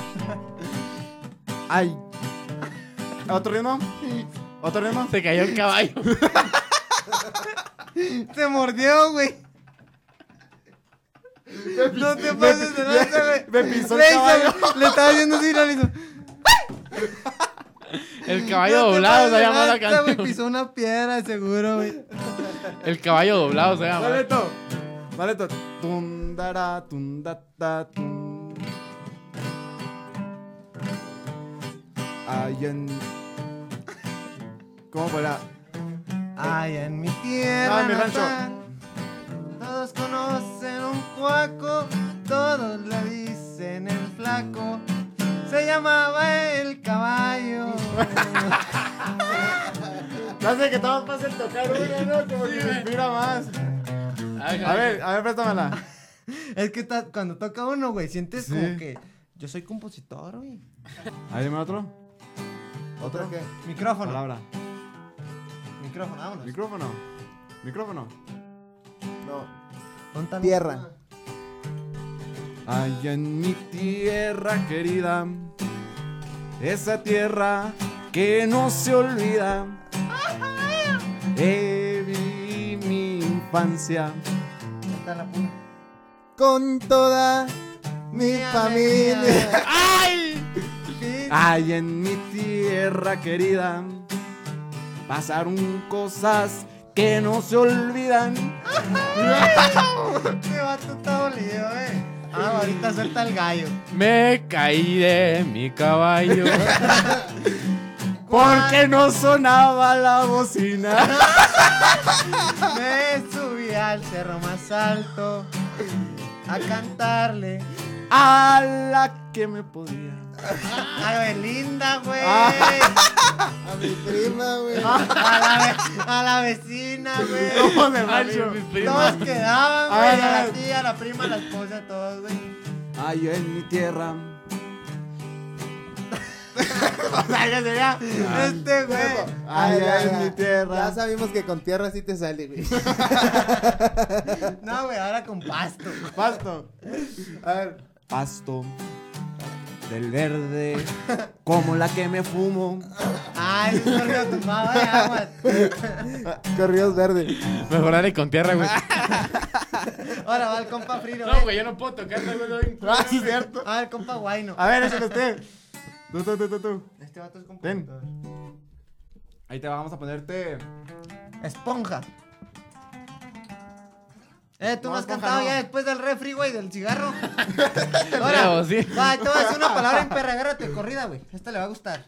Speaker 3: Ay. ¿Otro ritmo? ¿Otro ritmo?
Speaker 4: Se cayó el caballo.
Speaker 2: Se mordió, güey. No te pases de lanza, güey.
Speaker 3: Me pisó el
Speaker 2: Le hizo-
Speaker 3: caballo.
Speaker 2: Le estaba haciendo así, le hizo.
Speaker 4: El
Speaker 2: No
Speaker 4: caballo
Speaker 2: te
Speaker 4: doblado
Speaker 2: pases
Speaker 4: se
Speaker 2: de
Speaker 4: llama la
Speaker 2: lanza, güey,
Speaker 4: canción.
Speaker 2: Pisó una piedra, seguro, güey.
Speaker 4: El caballo doblado se llama.
Speaker 3: Valeto. Valeto. Tundara, tundata, tun. Ay, en... ¿Cómo fuera?
Speaker 2: Ay, en mi tierra.
Speaker 3: Ah, en mi rancho.
Speaker 2: natal, Todos conocen un cuaco, todos le dicen el flaco. Se llamaba el caballo.
Speaker 3: No hace que estamos más el tocar uno, ¿no? Como que me inspira más. A ver, a ver, préstamela.
Speaker 2: es que ta- cuando toca uno, güey, sientes
Speaker 3: Sí.
Speaker 2: como que yo soy compositor, güey.
Speaker 3: A ver, dime otro. ¿Otro?
Speaker 1: qué?
Speaker 2: Micrófono.
Speaker 3: Palabra.
Speaker 2: Micrófono, vámonos.
Speaker 3: Micrófono. Micrófono.
Speaker 1: No.
Speaker 2: Ponta-
Speaker 1: Tierra.
Speaker 3: Allá en mi tierra querida, esa tierra que no se olvida, eh, viví mi infancia.
Speaker 2: Ponta la puna.
Speaker 1: Con toda mi
Speaker 2: Mi
Speaker 1: familia.
Speaker 2: alegría.
Speaker 3: Allá en mi tierra querida, pasaron cosas que no se olvidan.
Speaker 2: Me va todo lío, eh. Ah, ahorita suelta el gallo.
Speaker 4: Me caí de mi caballo.
Speaker 3: Porque no sonaba la bocina.
Speaker 2: Me subí al cerro más alto a cantarle
Speaker 3: A la que me podía.
Speaker 2: a Belinda, güey.
Speaker 1: A mi prima, güey.
Speaker 2: A la, ve- a la vecina, güey.
Speaker 3: ¿Cómo me
Speaker 4: Ay,
Speaker 3: rayo?
Speaker 4: mi
Speaker 2: Todos
Speaker 4: prima.
Speaker 2: quedaban, güey.
Speaker 3: Ah,
Speaker 2: A la tía, a la prima, a la esposa, a todos, güey.
Speaker 3: Ay, yo en mi tierra. Ah,
Speaker 2: Este, güey.
Speaker 3: Ay, ay, mi tierra.
Speaker 1: Ya sabemos que con tierra sí te sale, güey.
Speaker 2: No, güey, ahora con pasto.
Speaker 3: Pasto.
Speaker 1: A ver.
Speaker 3: Pasto. Del verde. Como la que me fumo.
Speaker 2: Ay, es corrido tu mamá, güey, aguas.
Speaker 1: Corridos verde.
Speaker 4: Mejor dale con tierra, güey.
Speaker 2: Ahora va el compa Friro,
Speaker 4: No,
Speaker 2: güey.
Speaker 4: güey, yo no puedo tocar, güey. no hay-
Speaker 3: Ah, sí, cierto.
Speaker 2: Ah, el compa Guayno.
Speaker 3: A ver, échale usted. Tú, tú, tú, tú, tú.
Speaker 2: Este vato es compa.
Speaker 3: Ven. Ahí te vamos a ponerte.
Speaker 2: Esponja. Eh, tú
Speaker 3: No,
Speaker 2: no has
Speaker 3: esponja
Speaker 2: cantado
Speaker 3: no.
Speaker 2: ya después del refri, güey, del cigarro.
Speaker 4: creo,
Speaker 2: Ahora,
Speaker 4: sí.
Speaker 2: va, te voy a decir una palabra en perra, agárrate, corrida, güey. Esta le va a gustar.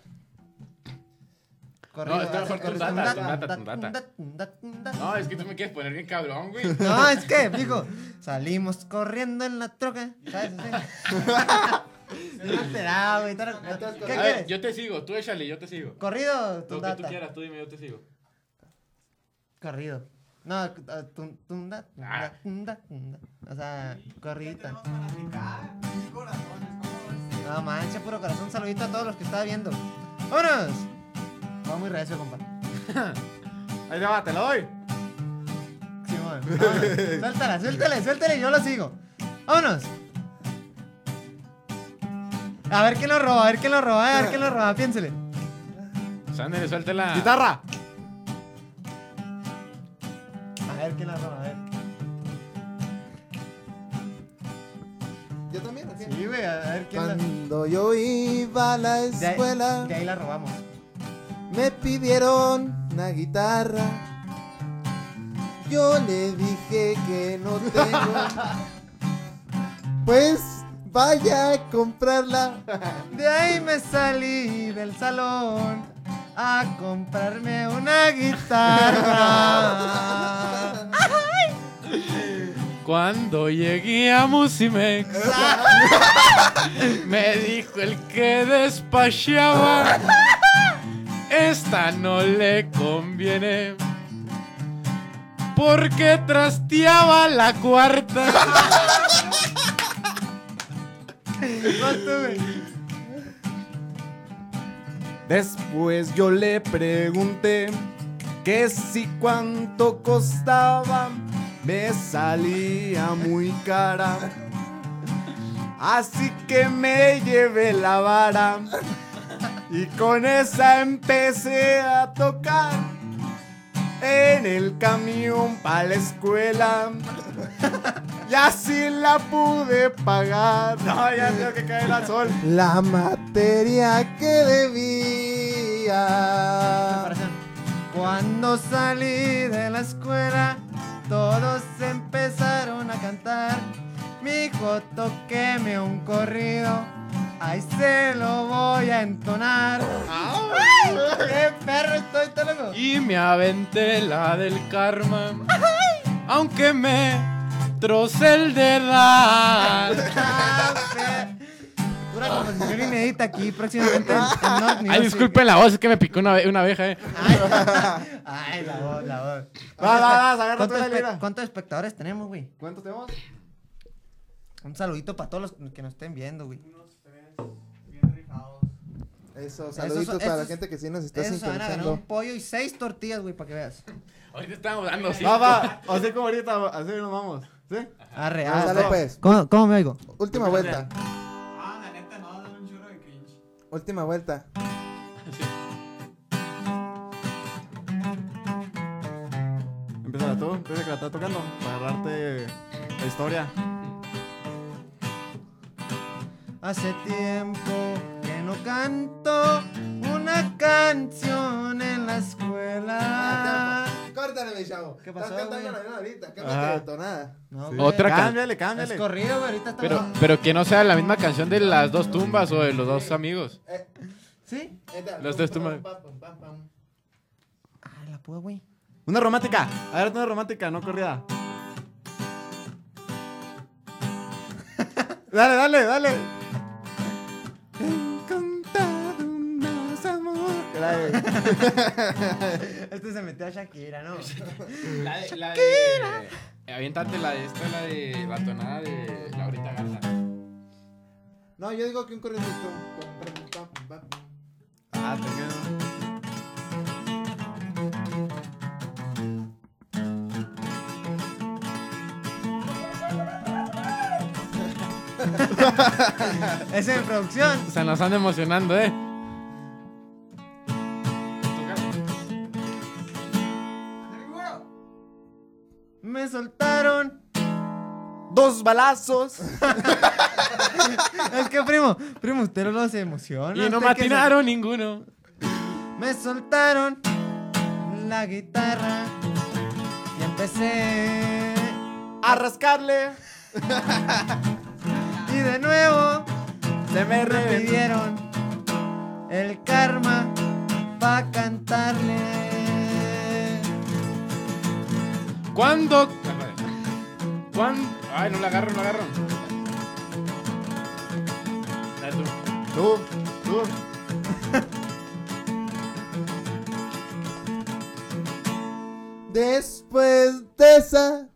Speaker 4: No, está
Speaker 2: así,
Speaker 4: mejor con
Speaker 2: corrido.
Speaker 4: tata,
Speaker 2: Tunda,
Speaker 4: tunda,
Speaker 2: tunda,
Speaker 4: tunda.
Speaker 2: tunda, tunda.
Speaker 4: No, es que tú me quieres poner bien cabrón, güey.
Speaker 2: No, es que, dijo, salimos corriendo en la troca. ¿Sabes? Así. No esperaba, güey. todo- ¿Qué
Speaker 4: A ver,
Speaker 2: quieres?
Speaker 4: yo te sigo, tú échale, yo te sigo.
Speaker 2: Corrido,
Speaker 4: Lo que tú
Speaker 2: tundata.
Speaker 4: quieras, tú dime, yo te sigo.
Speaker 2: Corrido. No, c- ah, tun- tunda,
Speaker 4: Ah.
Speaker 2: tunda, tunda, tunda. O sea, corridita.
Speaker 4: Ah,
Speaker 2: No manches, puro corazón. Saludito a todos los que están viendo. ¡Vámonos! Va muy recio, compa.
Speaker 3: Ahí te va, te lo doy.
Speaker 2: Sí, bueno. Suéltala, suéltala, suéltala y yo lo sigo. ¡Vámonos! A ver quién lo roba, a ver quién lo roba, a ver quién lo roba, piénsele.
Speaker 4: Sander, suéltela.
Speaker 3: Guitarra.
Speaker 2: A ver quién lo roba, a ver.
Speaker 1: Yo también. ¿o qué?
Speaker 2: Sí, güey, a ver quién la...
Speaker 1: Cuando yo iba a la
Speaker 2: De ahí-
Speaker 1: escuela,
Speaker 2: de ahí la robamos.
Speaker 1: me pidieron una guitarra. Yo le dije que no tengo. Pues vaya a comprarla.
Speaker 2: De ahí me salí del salón a comprarme una guitarra.
Speaker 4: Cuando llegué a Musimex, me dijo el que despachaba, esta no le conviene, porque trasteaba la cuarta.
Speaker 3: Después yo le pregunté que si cuánto costaba, me salía muy cara. Así que me llevé la vara y con esa empecé a tocar en el camión para la escuela. Y así la pude pagar. No, ya tengo que caer al sol.
Speaker 1: La materia que debía.
Speaker 2: Preparación. Cuando salí de la escuela, todos empezaron a cantar. Mi hijo, toqueme un corrido, ahí se lo voy a entonar. ¡Ay! ¡Qué perro estoy, te loco!
Speaker 4: Y me aventé la del karma, aunque me trocé el dedal.
Speaker 2: Pura composición inédita aquí próximamente. en- en Not Music.
Speaker 4: Ay, disculpen la voz, es que me picó una, abe- una abeja, eh.
Speaker 2: Ay, ay, la voz, la voz.
Speaker 3: Vas, vas, vas, agarra
Speaker 2: ¿Cuántos
Speaker 3: tú la
Speaker 2: espe-
Speaker 3: lira.
Speaker 2: ¿Cuántos espectadores tenemos, güey?
Speaker 3: ¿Cuánto tenemos?
Speaker 2: Un saludito para todos los que nos estén viendo, güey.
Speaker 1: Eso, saluditos
Speaker 2: Esos-
Speaker 1: para la
Speaker 2: esos-
Speaker 1: gente que sí nos está
Speaker 2: Eso se van a ganar
Speaker 1: sintonizando.
Speaker 2: un pollo y seis tortillas, güey, para que veas.
Speaker 4: Ahorita estamos dando cinco.
Speaker 3: Va, va, así como ahorita, así nos vamos. ¿Sí?
Speaker 2: Arre,
Speaker 1: Ah,
Speaker 2: arre.
Speaker 1: dale, pues.
Speaker 2: ¿Cómo, cómo me oigo?
Speaker 1: Última vuelta. Última vuelta.
Speaker 3: Empieza tú, empieza que la estás tocando para agarrarte la historia.
Speaker 2: Hace tiempo que no canto una canción en la escuela.
Speaker 1: Ah, Córtale, mi ahí, chavo.
Speaker 2: ¿Qué pasó,
Speaker 1: Estás cantando
Speaker 2: güey?
Speaker 1: la misma ahorita, cámbiate
Speaker 3: Ajá.
Speaker 1: de tonada.
Speaker 2: No,
Speaker 3: Sí.
Speaker 2: güey.
Speaker 3: Otra
Speaker 4: Otra ca-
Speaker 3: Cámbiale, cámbiale.
Speaker 2: Es corrido, güey. Ahorita estamos.
Speaker 4: Pero, pero que no sea la misma canción de las dos tumbas o de los dos amigos.
Speaker 1: Eh,
Speaker 2: ¿Sí?
Speaker 1: esta,
Speaker 4: Los tres toman.
Speaker 1: pam, pam, pam, pam.
Speaker 2: Ah, la puedo, güey.
Speaker 3: Una romántica. A ver, una romántica, no corrida. dale, dale, dale. He encontrado un más amor. Dale, güey.
Speaker 2: Este se metió a Shakira, ¿no?
Speaker 4: La de. La de aviéntate la de esta, la de la tonada de Laurita Garza.
Speaker 1: No, yo digo que un corrido es pam, pam, pam, pam.
Speaker 3: Ah, te quedo.
Speaker 2: Es en producción.
Speaker 4: Se nos están emocionando, ¿eh?
Speaker 2: Me soltaron.
Speaker 3: Dos balazos.
Speaker 2: Es que, primo, primo, usted no los emociona.
Speaker 4: Y no
Speaker 2: usted que se-
Speaker 4: matinaron ninguno.
Speaker 2: Me soltaron la guitarra y empecé.
Speaker 3: A rascarle.
Speaker 2: Y de nuevo
Speaker 3: Se me
Speaker 2: me
Speaker 3: reventó.
Speaker 2: pidieron el karma pa' cantarle.
Speaker 4: ¿Cuándo? ¿Cuándo? Ay, no la agarro, no la agarro. Dale tú.
Speaker 3: Tú, tú.
Speaker 1: Después de esa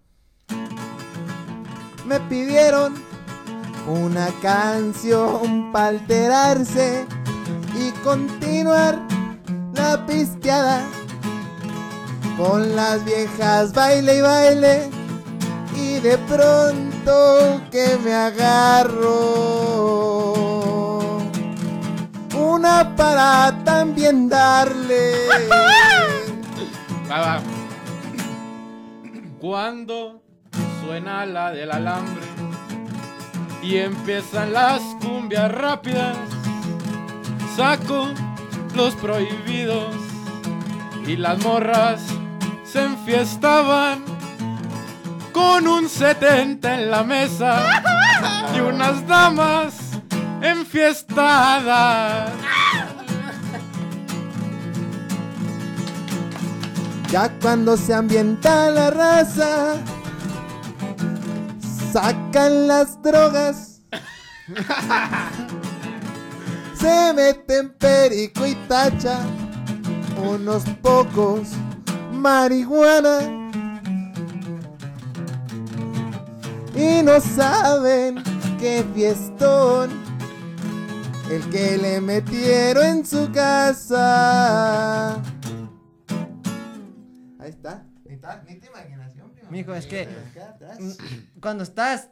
Speaker 1: me pidieron una canción para alterarse y continuar la pisteada con las viejas baile y baile y de pronto que me agarro una para también darle.
Speaker 4: Va, va. Cuando suena la del alambre y empiezan las cumbias rápidas, saco los prohibidos y las morras se enfiestaban con un 70 en la mesa y unas damas enfiestadas.
Speaker 1: Ya cuando se ambienta la raza, sacan las drogas, se meten perico y tacha, unos pocos marihuana. Y no saben qué fiestón el que le metieron en su casa. Ahí está. Ni, ta- ni tu imaginación, primo.
Speaker 2: Mijo, es que-
Speaker 1: Acá atrás.
Speaker 2: Cuando estás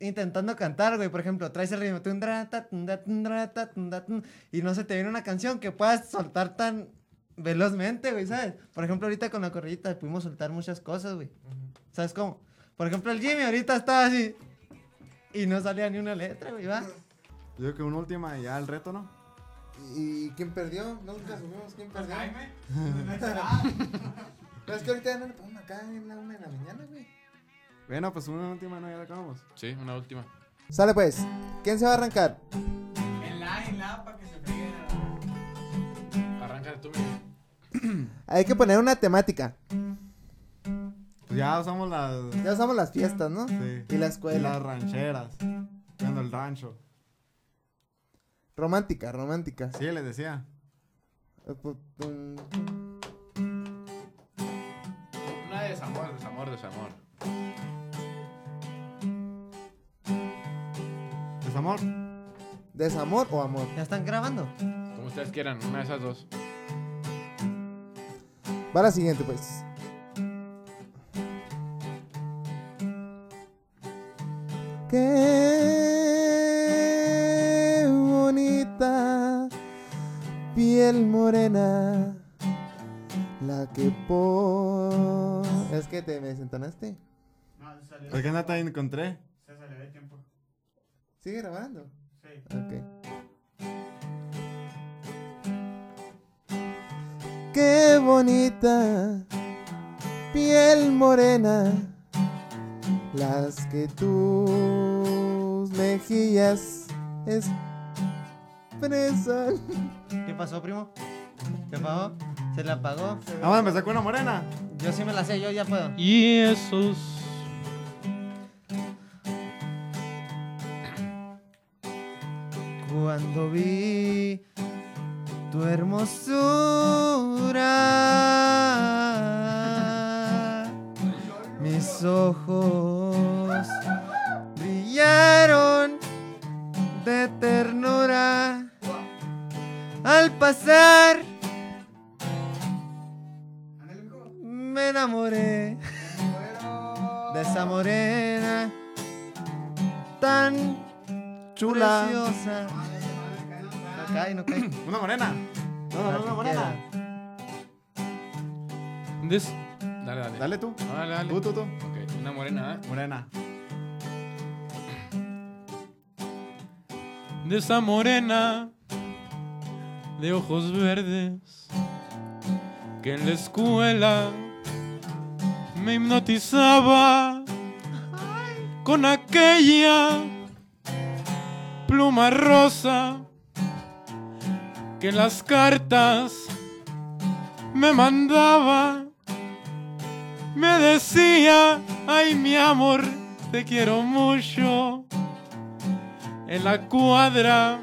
Speaker 2: intentando cantar, güey, por ejemplo, traes el ritmo tun, dra, ta, tun, da, tun, dra, ta, tun, da, tun, y no se te viene una canción que puedas soltar tan velozmente, güey, ¿sabes? Por ejemplo, ahorita con la corrillita pudimos soltar muchas cosas, güey. ¿Sabes cómo? Por ejemplo, el Jimmy ahorita estaba así y no salía ni una letra, güey, ¿va?
Speaker 3: Yo creo que una última y ya el reto, ¿no?
Speaker 1: ¿Y quién perdió? Nunca supimos quién perdió. Pero es que ahorita ya no le podemos acá en la una de la mañana, güey.
Speaker 3: Bueno, pues una última, ¿no? Ya la acabamos.
Speaker 4: Sí, una última.
Speaker 1: Sale pues. ¿Quién se va a arrancar?
Speaker 4: Arranca tú, Miguel.
Speaker 1: Hay que poner una temática.
Speaker 3: Pues ya usamos las.
Speaker 1: Ya usamos las fiestas, ¿no?
Speaker 3: Sí.
Speaker 1: Y la
Speaker 3: Y las
Speaker 1: escuela.
Speaker 3: rancheras. Cuando el rancho.
Speaker 1: Romántica, romántica.
Speaker 3: Sí, les decía.
Speaker 1: Eh, pu- pum.
Speaker 4: Una de desamor, desamor, desamor.
Speaker 3: Desamor.
Speaker 1: ¿Desamor o amor?
Speaker 2: ¿Ya están grabando?
Speaker 4: Como ustedes quieran, una de esas dos.
Speaker 1: Va la siguiente, pues. Qué bonita piel morena, la que por. Es que te me desentonaste.
Speaker 3: ¿Por qué no te encontré?
Speaker 1: ¿Sigue grabando? Sí. Ok. Qué bonita piel morena, las que tus mejillas expresan.
Speaker 2: ¿Qué pasó, primo? ¿Qué pasó? ¿Se la apagó?
Speaker 3: Vamos a empezar Ah, con una morena.
Speaker 2: Yo sí me la sé, yo ya puedo.
Speaker 4: Y esos.
Speaker 2: Cuando vi tu hermosura, mis ojos brillaron de ternura al pasar. Me enamoré de esa morena tan
Speaker 3: Chula.
Speaker 2: Preciosa. No cae, no cae.
Speaker 3: Una morena. No, no, no, una morena.
Speaker 4: des-
Speaker 5: Dale, dale.
Speaker 3: Dale tú.
Speaker 5: Ah, dale, dale.
Speaker 3: Tú, tú, tú.
Speaker 5: Ok, una morena, ¿eh?
Speaker 3: Morena.
Speaker 4: de esa morena de ojos verdes que en la escuela me hipnotizaba con aquella pluma rosa que en las cartas me mandaba me decía ay mi amor te quiero mucho en la cuadra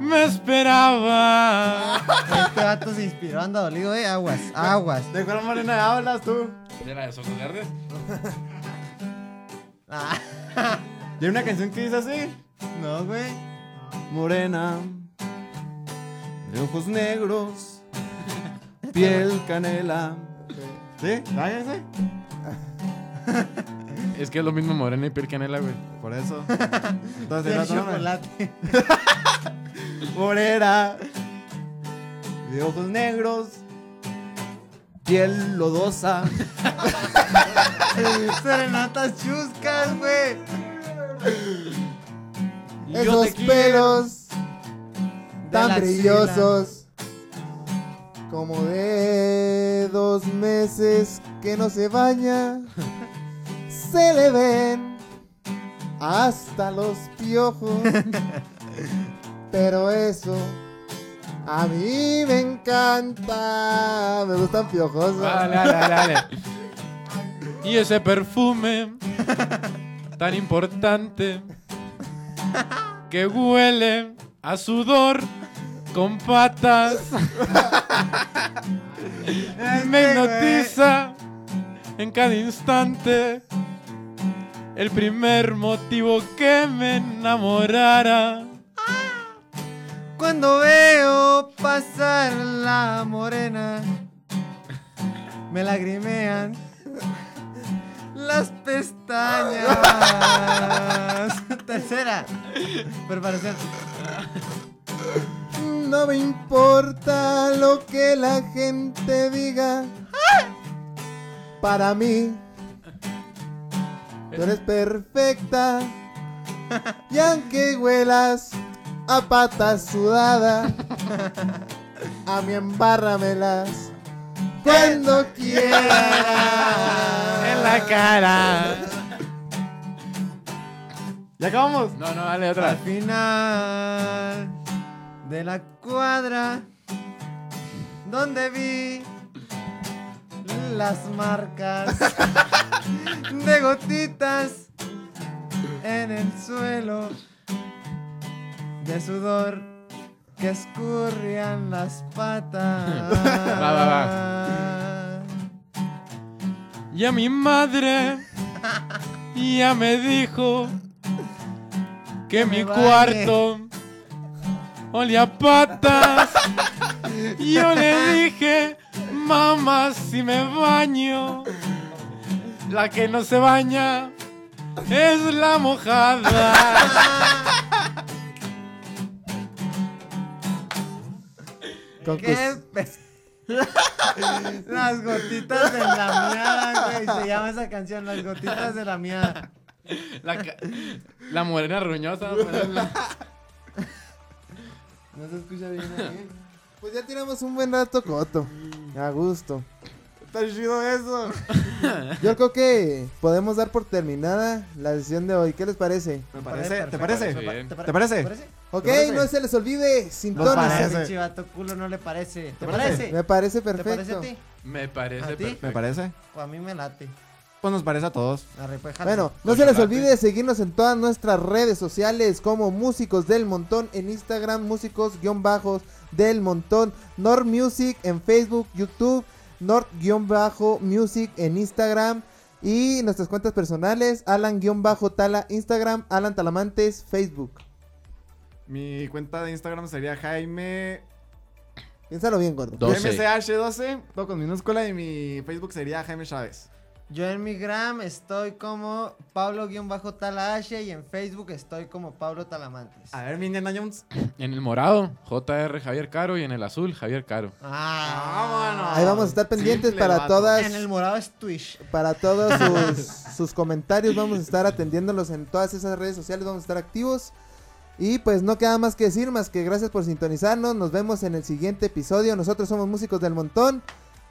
Speaker 4: me esperaba.
Speaker 2: Este vato se inspiró, anda dolido, eh. Aguas, aguas.
Speaker 3: ¿De cuál morena hablas tú?
Speaker 5: ¿De la de Ojos Verdes?
Speaker 2: Ah,
Speaker 3: Y hay una canción que dice así.
Speaker 2: no, güey.
Speaker 3: Morena, de ojos negros, piel canela. ¿Sí? Váyanse.
Speaker 5: Es que es lo mismo morena y piel canela, güey.
Speaker 3: Por eso. Entonces,
Speaker 2: El
Speaker 3: no, no, no.
Speaker 2: chocolate.
Speaker 3: Morena, de ojos negros, piel lodosa.
Speaker 2: Serenatas chuscas, güey.
Speaker 3: Yo
Speaker 1: Esos
Speaker 3: te quiero.
Speaker 1: pelos
Speaker 2: De la
Speaker 1: tan
Speaker 2: axila.
Speaker 1: brillosos como de dos meses que no se baña, se le ven hasta los piojos. Pero eso a mí me encanta. Me gustan piojosos.
Speaker 5: Dale, dale, dale. dale.
Speaker 4: Y ese perfume tan importante que huele a sudor con patas me hipnotiza en cada instante. El primer motivo que me enamorara.
Speaker 2: Cuando veo pasar la morena, me lagrimean las pestañas. Tercera. Preparación.
Speaker 1: No me importa lo que la gente diga. Para mí, tú eres perfecta. Y aunque huelas a pata sudada, a mí embárramelas cuando quieras.
Speaker 4: En la cara.
Speaker 3: ¿Ya acabamos?
Speaker 5: No, no, dale
Speaker 2: Al
Speaker 5: otra.
Speaker 2: final de la cuadra donde vi las marcas de gotitas en el suelo de sudor que escurrían las patas.
Speaker 5: Va, va,
Speaker 4: Y a mi madre ya me dijo que,
Speaker 2: Que me
Speaker 4: mi
Speaker 2: bañe.
Speaker 4: cuarto olía a patas. Y Yo le dije, mamá, si me baño, la que no se baña es la mojada.
Speaker 2: ¿Qué
Speaker 1: Concus-
Speaker 2: pe- Las gotitas de la miada, güey. Se llama esa canción, Las gotitas de la miada.
Speaker 5: La, ca- la morena ruñosa. vamos a ponerle.
Speaker 3: No se escucha bien.
Speaker 1: Pues ya tiramos un buen rato, Coto. A gusto.
Speaker 3: Está chido eso.
Speaker 1: Yo creo que podemos dar por terminada la sesión de hoy. ¿Qué les parece?
Speaker 3: ¿Te parece? ¿Te
Speaker 4: Me
Speaker 3: parece?
Speaker 4: parece.
Speaker 3: ¿Te parece?
Speaker 1: Ok,
Speaker 3: parece?
Speaker 1: no se les olvide,
Speaker 3: Nos
Speaker 2: No
Speaker 1: sintones.
Speaker 3: parece.
Speaker 2: parece. Chivato culo no le parece. ¿Te parece?
Speaker 1: Me parece
Speaker 2: ¿Te parece a
Speaker 1: perfecto.
Speaker 2: ti?
Speaker 4: Me parece
Speaker 2: ¿A ti?
Speaker 4: perfecto.
Speaker 3: ¿Me parece?
Speaker 2: O a mí me late.
Speaker 3: Pues nos parece a todos.
Speaker 2: Arre, pues, jálate.
Speaker 1: Bueno, no se les
Speaker 4: Chocolate.
Speaker 1: olvide seguirnos en todas nuestras redes sociales como Músicos del Montón en Instagram, Músicos guión bajos del Montón, Nord Music en Facebook, YouTube, Nord guión bajo Music en Instagram y nuestras cuentas personales Alan guión bajo Tala Instagram, Alan Talamantes Facebook.
Speaker 3: Mi cuenta de Instagram sería Jaime
Speaker 1: Piénsalo bien, gordo.
Speaker 4: Do- 12.
Speaker 3: MCH12, todo con minúscula, y mi Facebook sería Jaime Chávez.
Speaker 2: Yo en mi gram estoy como Pablo-Talahache y en Facebook estoy como Pablo Talamantes.
Speaker 3: A ver, mi Indiana Jones.
Speaker 4: En el morado, JR Javier Caro y en el azul, Javier Caro.
Speaker 2: Ah,
Speaker 1: Ahí vamos a estar pendientes
Speaker 3: Simple
Speaker 1: para
Speaker 3: vato.
Speaker 1: todas
Speaker 2: En el morado es Twitch.
Speaker 1: para todos sus, sus comentarios. Vamos a estar atendiéndolos en todas esas redes sociales. Vamos a estar activos. Y pues no queda más que decir, más que gracias por sintonizarnos. Nos vemos en el siguiente episodio. Nosotros somos Músicos del Montón.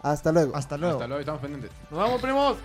Speaker 1: Hasta luego.
Speaker 2: Hasta luego.
Speaker 4: Hasta luego, estamos pendientes.
Speaker 3: ¡Nos vamos, primos!